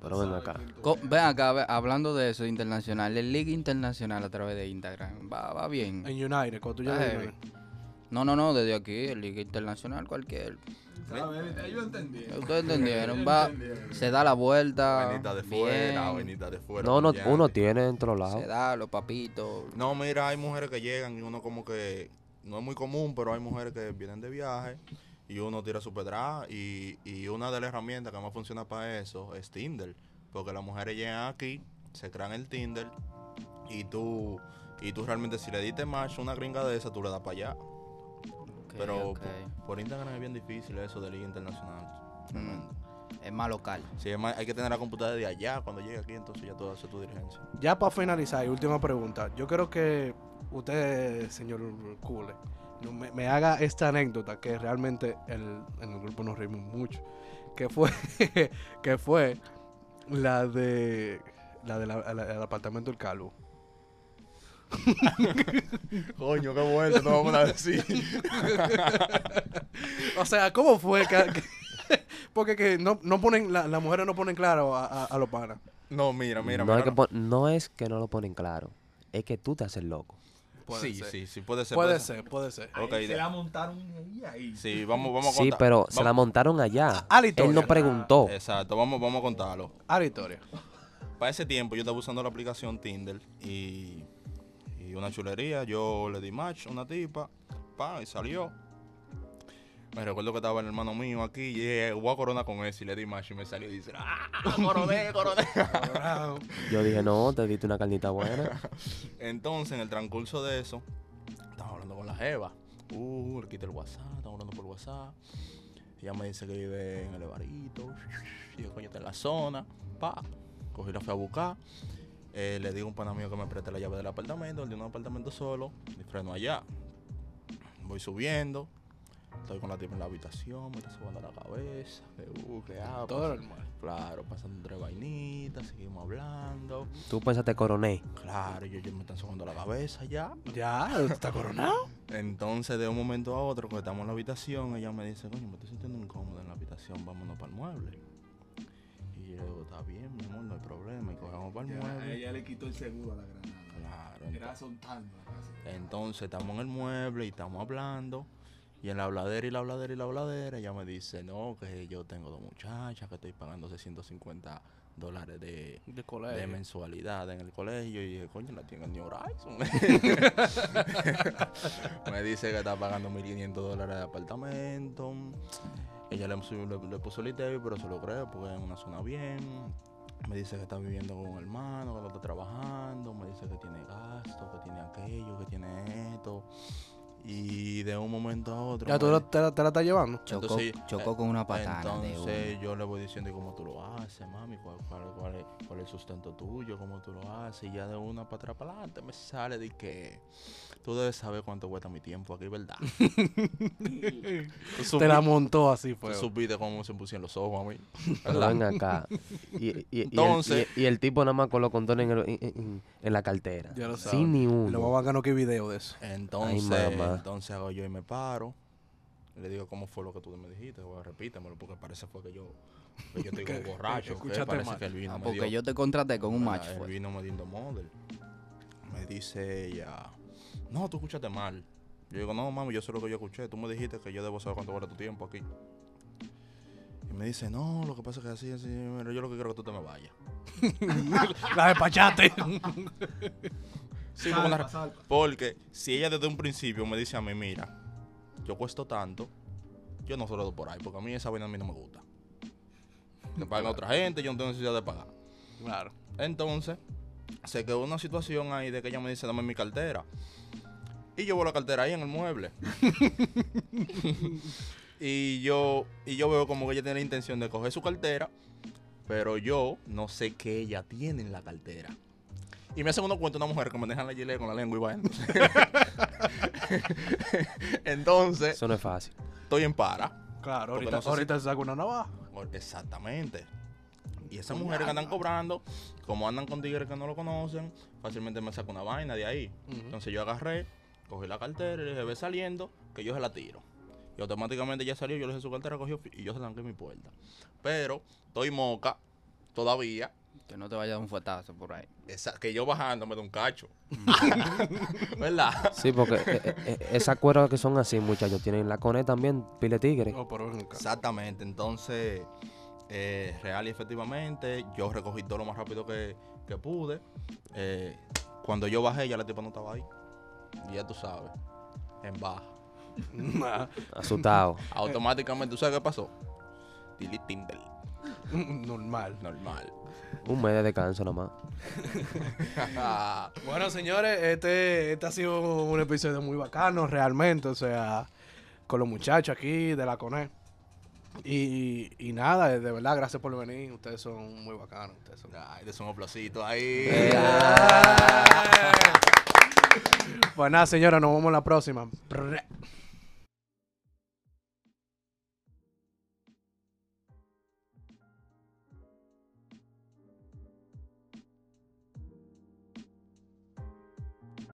C: Pero ven acá.
B: Co- ven acá, ve- hablando de eso, internacional, el Liga Internacional a través de Instagram. Va, va
C: Mm.
B: bien.
A: En United, cuando tú llegas
B: Está
A: a
B: heavy.
A: United.
B: No, no, no, desde aquí, el Liga Internacional, cualquier.
F: ¿Sabes? Ellos entendieron.
B: Ustedes entendieron,
F: Ellos
B: va,
F: entendieron.
B: se da la vuelta.
E: Vainita de fuera,
B: bien,
E: vainita de fuera.
C: No, no,
E: brillante.
C: uno tiene en todos lados.
B: Se da los papitos.
E: No, mira, hay mujeres que llegan y uno como que no es muy común, pero hay mujeres que vienen de viaje y uno tira su pedrada y, y una de las herramientas que más funciona para eso es Tinder, porque las mujeres llegan aquí, se crean el Tinder y tú y tú realmente si le diste match a una gringa de esa tú le das para allá,
B: Ok,
E: pero
B: ok.
E: Por, por Instagram es bien difícil eso de liga internacional. realmente.
B: Mm, Es más local.
E: Sí, es más, hay que tener la computadora de allá cuando llegue aquí, entonces ya tú haces tu diligencia.
A: Ya para finalizar, y última pregunta. Yo creo que usted, señor Cule, no me, me haga esta anécdota que realmente el- en el grupo nos reímos mucho. Que fue, que fue la de la del apartamento del calvo.
E: Coño, qué bueno, no vamos a decir.
A: O sea, ¿cómo fue que- que- porque que no, no ponen, la- las mujeres no ponen claro a, a- a los panas.
E: No, mira, mira,
C: no,
E: mira.
C: es que pon- no es que no lo ponen claro, es que tú te haces loco.
A: Puede
E: sí,
A: ser.
E: sí, sí, puede ser.
A: Puede ser, puede ser.
F: Ahí
E: Ok,
F: se
E: de-
F: la montaron ahí, ahí.
E: Sí, vamos, vamos a
C: Sí,
E: contar.
C: pero se la
E: vamos-
C: montaron allá.
A: Ah, la
C: Él
A: historia.
C: no preguntó.
E: Exacto, vamos, vamos a contarlo.
A: A la historia.
E: Para ese tiempo yo estaba usando la aplicación Tinder y, y una chulería. Yo le di match a una tipa, pa, y salió. Me recuerdo que estaba el hermano mío aquí y dije, voy a corona con ese y le di match y me salió y dice, ¡ah! Coroné, coroné.
C: Yo dije, no, te diste una carnita buena.
E: Entonces, en el transcurso de eso, estamos hablando con la Jeva. Uh, le quité el WhatsApp, estamos hablando por WhatsApp. Ella me dice que vive en el Evarito. Y yo, coño, está en la zona. Pa, cogí la fui a buscar. Eh, le digo a un pana mío que me preste la llave del apartamento. Él tiene un apartamento solo. Y freno allá. Voy subiendo. Estoy con la tipa en la habitación. Me está sobando la cabeza. que, uh, qué hago.
A: Todo normal.
E: Claro, pasando tres vainitas, seguimos hablando.
C: Tú pensaste coroné.
E: Claro, yo, yo me están sonando la cabeza ya.
A: Ya, está coronado.
E: Entonces, de un momento a otro, cuando estamos en la habitación, ella me dice, coño, me estoy sintiendo incómodo en la habitación, vámonos para el mueble. Y yo, está bien, mi amor, no hay problema, y cogemos para el
F: Ya, a
E: mueble.
F: ella le quitó el seguro a la granada.
E: Claro,
F: Era soltando la casa.
E: Entonces estamos en el mueble y estamos hablando. Y en la habladera y la habladera y la habladera, ella me dice, no, que yo tengo dos muchachas, que estoy pagando 650 dólares de,
A: De
E: de
A: colegio.
E: mensualidad en el colegio. Y dije, coño, la tiene en New Horizon. me dice que está pagando 1.500 dólares de apartamento. Ella le, su- le- le puso el ITV, pero se lo creo porque es una zona bien. Me dice que está viviendo con un hermano, que lo está trabajando. Me dice que tiene gasto, que tiene aquello, que tiene esto. Y de un momento a otro.
A: Ya tú
E: me-
A: la- te la, te la estás llevando.
B: Chocó,
E: entonces,
B: chocó
E: eh,
B: con una patana de
E: entonces yo le voy diciendo, ¿y cómo tú lo haces, mami? ¿Cuál, cuál, cuál es, cuál es el sustento tuyo? ¿Cómo tú lo haces? Y ya de una para atrás para adelante me sale de que tú debes saber cuánto cuesta mi tiempo aquí, ¿verdad? tú, supi-
A: Te la montó así,
E: tú
A: fue.
E: supiste cómo se pusieron los ojos a mí.
C: Pero ven acá. Y, y- y- y el-
E: Entonces-
C: y- y el tipo nada más con los condones en, el- en- en- en la cartera.
A: Ya lo
C: Sin
A: sabes.
C: ni uno.
A: Lo más bacano que hay video de eso.
E: Entonces,
C: mamá.
E: entonces hago yo y me paro. Le digo, ¿cómo fue lo que tú me dijiste? Bueno, repítemelo, porque parece fue que yo, que yo estoy como borracho. que
A: escuchaste
E: parece
A: mal.
E: que el vino
B: uno. Ah,
E: me
B: porque
E: dio- Ah,
B: yo te contraté con un pues,
E: ¿verdad?
B: match.
E: Él
B: fue.
E: vino metiendo model. Me dice ella, no, tú escuchaste mal. Yo digo, no, mami, yo sé lo que yo escuché. Tú me dijiste que yo debo saber cuánto vale tu tiempo aquí. Y me dice, no, lo que pasa es que así, así, pero yo lo que quiero es que tú te me vayas.
A: La despachate.
E: Sí,
F: Salva,
E: porque, la-
F: salva.
E: porque si ella desde un principio me dice a mí, mira, yo cuesto tanto, yo no se lo doy por ahí, porque a mí esa vaina a mí no me gusta. Me pagan a otra gente, yo no tengo necesidad de pagar.
A: claro.
E: Entonces, se quedó una situación ahí de que ella me dice, dame mi cartera. Y yo veo la cartera ahí en el mueble. y, yo, y yo veo como que ella tiene la intención de coger su cartera, pero yo no sé qué ella tiene en la cartera. Y me hacen uno cuenta una mujer que maneja la gilea con la lengua y va. Entonces,
C: Eso no es fácil.
E: estoy en para.
A: Claro,
E: Porque
A: ahorita,
E: no sé si-
A: ahorita se saca una navaja.
E: Exactamente. Y esas mujeres que andan cobrando, como andan con tigres que no lo conocen, fácilmente me saca una vaina de ahí. Entonces yo agarré, cogí la cartera y le dije, ve saliendo, que yo se la tiro. Y automáticamente ya salió, yo le dije su cartera, cogió y yo se la en mi puerta. Pero estoy moca todavía,
B: Que no te vaya a dar un fuetazo por ahí.
E: esa- que yo bajándome de un cacho. ¿Verdad?
C: Sí, porque eh, eh, eh, esas cuerdas que son así, muchachos, tienen la cone también, pile tigre.
A: No, pero ven acá.
E: Exactamente, entonces, eh, real y efectivamente, yo recogí todo lo más rápido que, que pude. Eh, cuando yo bajé, ya la tipa no estaba ahí. Y ya tú sabes, en baja.
A: Nah.
C: Asustado.
E: Automáticamente, ¿tú sabes qué pasó? Tilly Tinder,
A: Normal.
E: normal.
C: Un mes de descanso nomás.
A: Bueno, señores, este, este ha sido un episodio muy bacano, realmente. O sea, con los muchachos aquí de la CONE. Y, y nada, de verdad, gracias por venir. Ustedes son muy bacanos. Ustedes son...
E: Ay, de un aplausito ahí.
A: Eh, Pues nada, señores, nos vemos en la próxima.